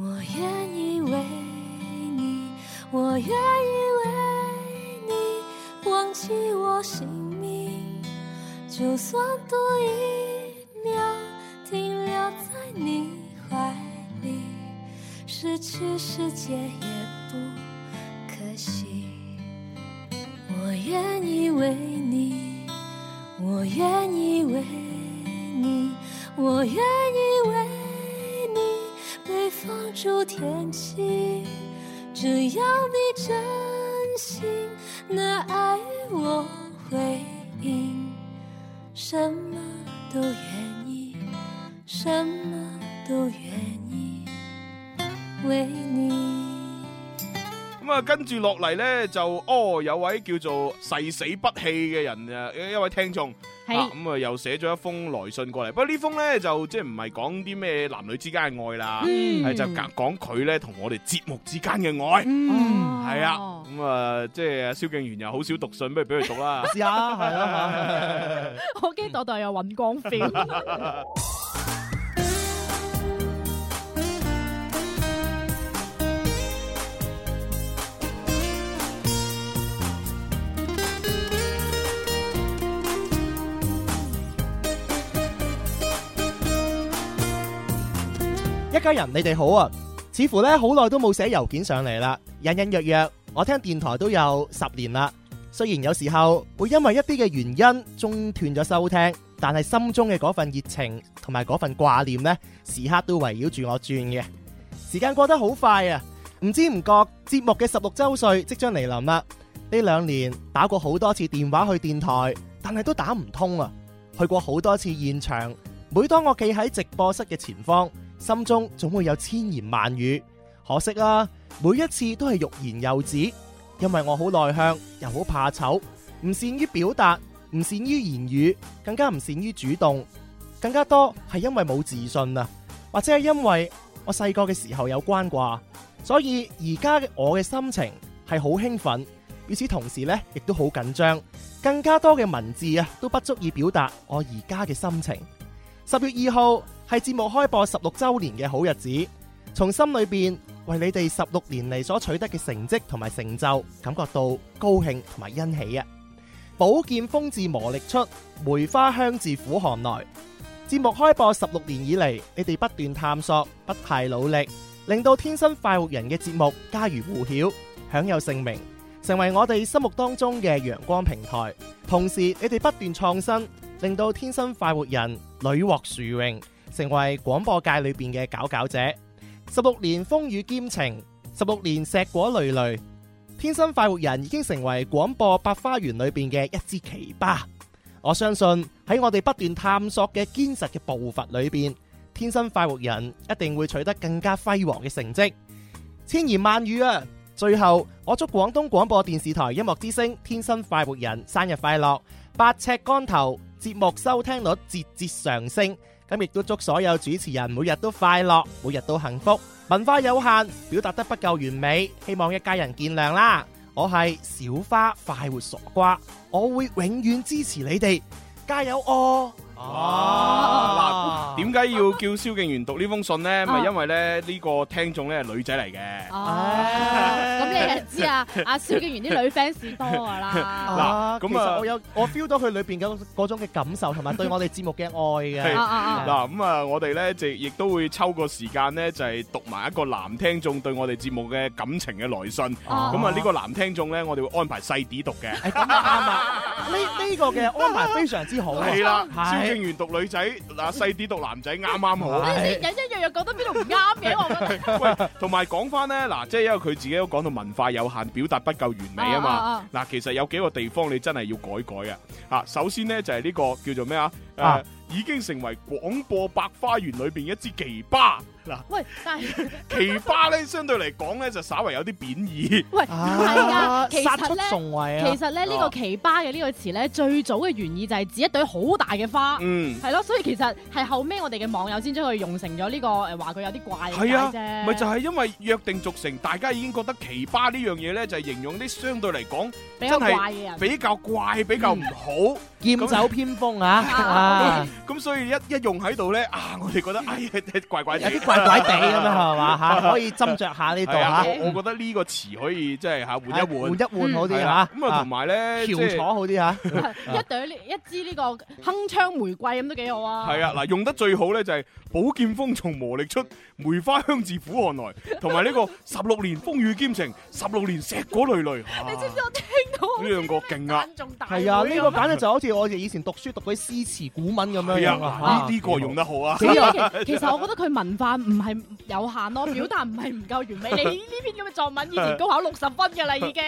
Speaker 12: 我愿意为你，我愿意为你忘记我姓名，就算多一秒停留在你怀里，失去世界也不可惜。我愿意为你，我愿意为你，我愿意为你被放逐天际。只要你真心的爱与我回应，什么都愿意，什么都愿意为你。
Speaker 4: 咁啊，跟住落嚟呢，就哦，有位叫做誓死不棄嘅人啊，一一位聽眾。
Speaker 5: 係
Speaker 4: 啊咁啊，又寫咗一封來信過嚟，不過呢封呢，就即係唔係講啲咩男女之間嘅愛啦，
Speaker 5: 嗯
Speaker 4: 係就講講佢呢同我哋節目之間嘅愛，係啊，咁啊，即係蕭敬元又好少讀信，不如俾佢 讀啦，
Speaker 6: 試下係
Speaker 4: 啊，
Speaker 5: 我驚度度有揾光 feel。
Speaker 6: 一家人，你哋好啊！似乎咧好耐都冇寫郵件上嚟啦，隱隱約約，我聽電台都有十年啦。雖然有時候會因為一啲嘅原因中斷咗收聽，但係心中嘅嗰份熱情同埋嗰份掛念呢，時刻都圍繞住我轉嘅。時間過得好快啊！唔知唔覺，節目嘅十六周歲即將嚟臨啦。呢兩年打過好多次電話去電台，但係都打唔通啊！去過好多次現場，每當我企喺直播室嘅前方，心啊中總會有千言萬語。可惜啦、每一次都係欲言又止。因為我好內向，又好怕醜，唔善於表達，唔善於言語，更加唔善於主動，更加多係因為冇自信啊，或者係因為我細個嘅時候有關啩，所以而家嘅我嘅心情係好興奮，與此同時呢，亦都好緊張，更加多嘅文字啊，都不足以表達我而家嘅心情。十月二號係節目開播十六週年嘅好日子，從心裏邊為你哋十六年嚟所取得嘅成績同埋成就感覺到高興同埋欣喜啊！寶劍鋒自磨礪出，梅花香自苦寒來。節目開播十六年以嚟，你哋不斷探索，不懈努力，令到天生快活人嘅節目家喻戶曉，享有盛名，成為我哋心目當中嘅陽光平台。同時，你哋不斷創新，令到天生快活人屢獲殊榮，成為廣播界裏邊嘅佼佼者。十六年風雨兼程，十六年碩果累累，天生快活人已經成為廣播百花園裏邊嘅一支奇葩。我相信喺我哋不斷探索嘅堅實嘅步伐裏邊，天生快活人一定會取得更加輝煌嘅成績。千言萬語啊！最後，我祝廣東廣播電視台音樂之聲《天生快活人》生日快樂，八尺竿頭節目收聽率節節上升。咁亦都祝所有主持人每日都快樂，每日都幸福。文化有限，表達得不夠完美，希望一家人見諒啦。我係小花快活傻瓜，我會永遠支持你哋，加油哦！
Speaker 4: 嗱，點解要叫蕭敬元讀呢封信呢？咪
Speaker 5: 啊
Speaker 4: 因為咧呢個聽眾咧係女仔嚟嘅。
Speaker 5: 啊咁你就知啊，阿蕭敬元啲女 fans 多噶 啦。
Speaker 6: 啊，
Speaker 4: 嗱
Speaker 6: 咁
Speaker 4: 咁啊
Speaker 6: 啊，我有我 feel 到佢裏邊嗰嗰種嘅感受，同埋對我哋節目嘅愛
Speaker 4: 係
Speaker 6: 嘅。
Speaker 4: 嗱咁啊，我哋咧就亦都會抽個時間咧，就係讀埋一個男聽眾對我哋節目嘅感情嘅來信。咁
Speaker 6: 哦
Speaker 4: 啊，呢個男聽眾咧，我哋會安排細啲讀嘅。
Speaker 6: 呢呢個嘅安排非常之好。啊
Speaker 4: 係啦，蕭
Speaker 6: 係
Speaker 4: 敬元讀女仔，嗱細啲讀男仔，啱啱好。
Speaker 5: 你隱隱約約覺得邊度唔啱嘅，我覺得。
Speaker 4: 喂，同埋講翻呢，嗱，即係因為佢自己都講到文化有限，表達不夠完美啊
Speaker 5: 啊
Speaker 4: 嘛
Speaker 5: 啊。
Speaker 4: 嗱，其實有幾個地方你真係要改改啊。啊，首先呢，就係呢個叫做咩啊？誒
Speaker 6: 啊，
Speaker 4: 已經成為廣播百花園裏邊一支奇葩。嗱，
Speaker 5: 喂，但係
Speaker 4: 奇葩呢，相對嚟講呢，就稍為有啲貶義。
Speaker 5: 喂，唔係㗎，其
Speaker 6: 啊殺
Speaker 5: 實
Speaker 6: 出重
Speaker 5: 咧，
Speaker 6: 圍啊
Speaker 5: 其實咧呢
Speaker 4: 哦
Speaker 5: 個奇葩嘅呢個詞咧，最早嘅原意就係指一朵好大嘅花，
Speaker 4: 嗯
Speaker 5: 係咯，所以其實係後尾我哋嘅網友先將佢用成咗呢個誒話佢有啲怪
Speaker 4: 係啊
Speaker 5: 咁解，啫，
Speaker 4: 咪就係因為約定俗成，大家已經覺得奇葩呢樣嘢呢，就係形容啲相對嚟講
Speaker 5: 比較
Speaker 4: 真係
Speaker 5: 怪嘅人
Speaker 4: 比較怪、比較唔好、
Speaker 6: 嗯劍
Speaker 4: 咁
Speaker 6: 走偏鋒啊！啊，
Speaker 4: 咁所以一一用喺度咧，啊，我哋覺得哎呀， 怪怪
Speaker 6: 有
Speaker 4: 地，啊
Speaker 6: 啲怪怪地 咁樣係嘛嚇，可以斟酌下呢度
Speaker 4: 係啊
Speaker 6: 嚇。啊
Speaker 4: 我我覺得呢個詞可以即係嚇換一換，
Speaker 6: 換一換好啲
Speaker 4: 係啦
Speaker 6: 嚇
Speaker 4: 咁啊，同埋咧，即
Speaker 6: 翹楚
Speaker 4: 係
Speaker 6: 好啲嚇。
Speaker 5: 一朵呢一支呢個鏗鏘玫瑰咁都幾好啊，
Speaker 4: 係啊，嗱，用得最好咧就係寶劍鋒從磨礪出，梅花香自苦寒來，同埋 呢個十六年風雨兼程，十六年碩果累累。
Speaker 5: 你知唔知我聽
Speaker 4: 哇呢兩個勁啊！
Speaker 6: 係啊，呢個簡直就好似我哋以前讀書讀嗰啲詩詞古文咁樣
Speaker 4: 係
Speaker 6: 樣
Speaker 4: 啊，呢
Speaker 6: 啊！
Speaker 4: 呢個用得好啊！
Speaker 5: 所以其其實我覺得佢文化唔係有限咯，表達唔係唔夠完 美。你呢篇咁嘅作文以前高考六十分㗎啦，已經。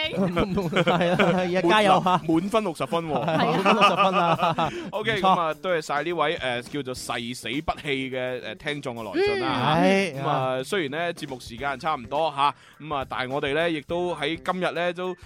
Speaker 6: 係啊，而家加油嚇！
Speaker 4: 滿分六十分喎，
Speaker 5: 啊
Speaker 6: 滿分六十分啦。
Speaker 4: O K，
Speaker 6: 唔錯
Speaker 4: 咁啊，多謝晒呢位誒叫做誓死不棄嘅誒聽眾嘅來信啦。
Speaker 6: 嗯係
Speaker 4: 咁啊，雖然咧節目時間差唔多吓，咁啊，但係我哋咧亦都呃喺今日咧都誒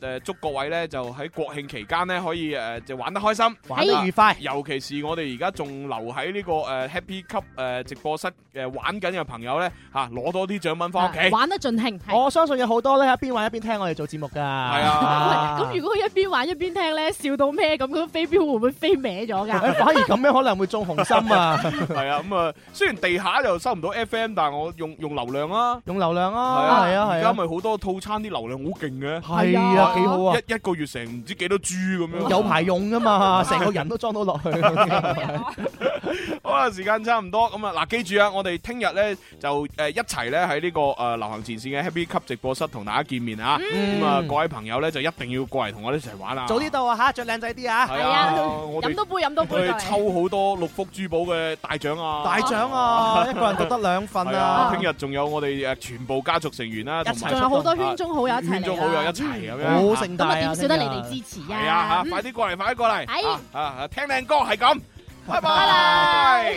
Speaker 4: 誒祝各位咧就喺國慶期間咧可以誒就玩得開心，啊
Speaker 6: 玩得愉快
Speaker 4: 尤其是我哋而家仲留喺呢個誒 Happy Cup 誒直播室誒玩緊嘅朋友咧吓，攞多啲獎品翻屋
Speaker 6: 啊
Speaker 4: 企。
Speaker 5: 玩得盡興。係
Speaker 6: 我相信有好多咧，一邊玩一邊聽我哋做節目㗎。係啊
Speaker 5: 咁如果佢一邊玩一邊聽咧，笑到咩咁，佢飛鏢會唔會飛歪咗 㗎？
Speaker 6: 反而咁樣可能會中紅心啊！
Speaker 4: 係啊，咁啊，雖然地下就收唔到 FM，但係我用用流量啊，
Speaker 6: 用流量
Speaker 4: 係
Speaker 6: 啊，
Speaker 4: 啊，
Speaker 6: 係啊，
Speaker 4: 而
Speaker 6: 係
Speaker 4: 家
Speaker 6: 啊，
Speaker 4: 咪好多套餐啲流量好勁嘅，
Speaker 6: 係啊幾好啊
Speaker 4: 一一個月成唔知幾多 G 咁樣，
Speaker 6: 有排 用㗎嘛，成個人都裝到落 去。
Speaker 5: 啊
Speaker 4: 好啦，時間差唔多咁啊！嗱，記住啊，我哋聽日咧就誒一齊咧喺呢個誒流行前線嘅 Happy Cup 直播室同大家見面啊！
Speaker 6: 嗯
Speaker 4: 咁啊，各位朋友咧就一定要過嚟同我哋一齊玩啊！
Speaker 6: 早啲到啊嚇，着靚仔啲啊！
Speaker 4: 係啊係啊我哋飲多
Speaker 5: 杯 飲多
Speaker 4: 我哋抽好多六福珠寶嘅大獎啊！
Speaker 6: 大獎啊！ 一個人獨得兩份
Speaker 4: 係
Speaker 6: 啊！
Speaker 4: 聽日仲有我哋誒全部家族成員啦，同埋
Speaker 5: 仲有好多圈中好友一齊嚟啦啊
Speaker 4: 圈中好友一齊咁樣，
Speaker 6: 好盛
Speaker 5: 咁
Speaker 6: 大
Speaker 5: 啊，
Speaker 6: 啊！
Speaker 5: 點少得你哋支持啊？嗯
Speaker 4: 係啊嚇，快啲過嚟，快啲過嚟，
Speaker 5: 係
Speaker 4: 啊啊，聽靚歌係咁，
Speaker 5: 拜
Speaker 4: 拜拜。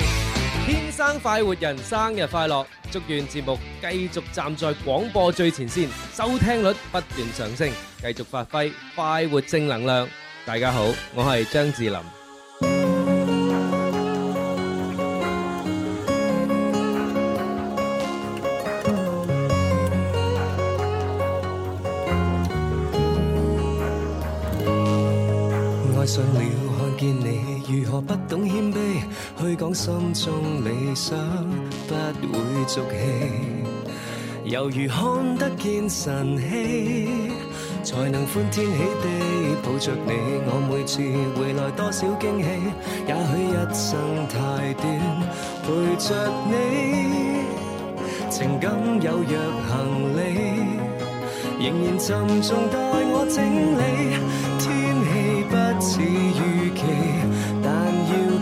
Speaker 11: 天生快活人生日快樂！祝願節目繼續站在廣播最前線，收聽率不斷上升，繼續發揮快活正能量。大家好，我係張智霖。
Speaker 13: 爱上了，看见你如何不懂谦卑，去讲心中理想，不会俗气。犹如看得见晨曦，才能欢天喜地抱着你。我每次回來多少驚喜，也許一生太短，陪着你，情感有若行李。仍然沉重待我整理。天氣不似預期，但要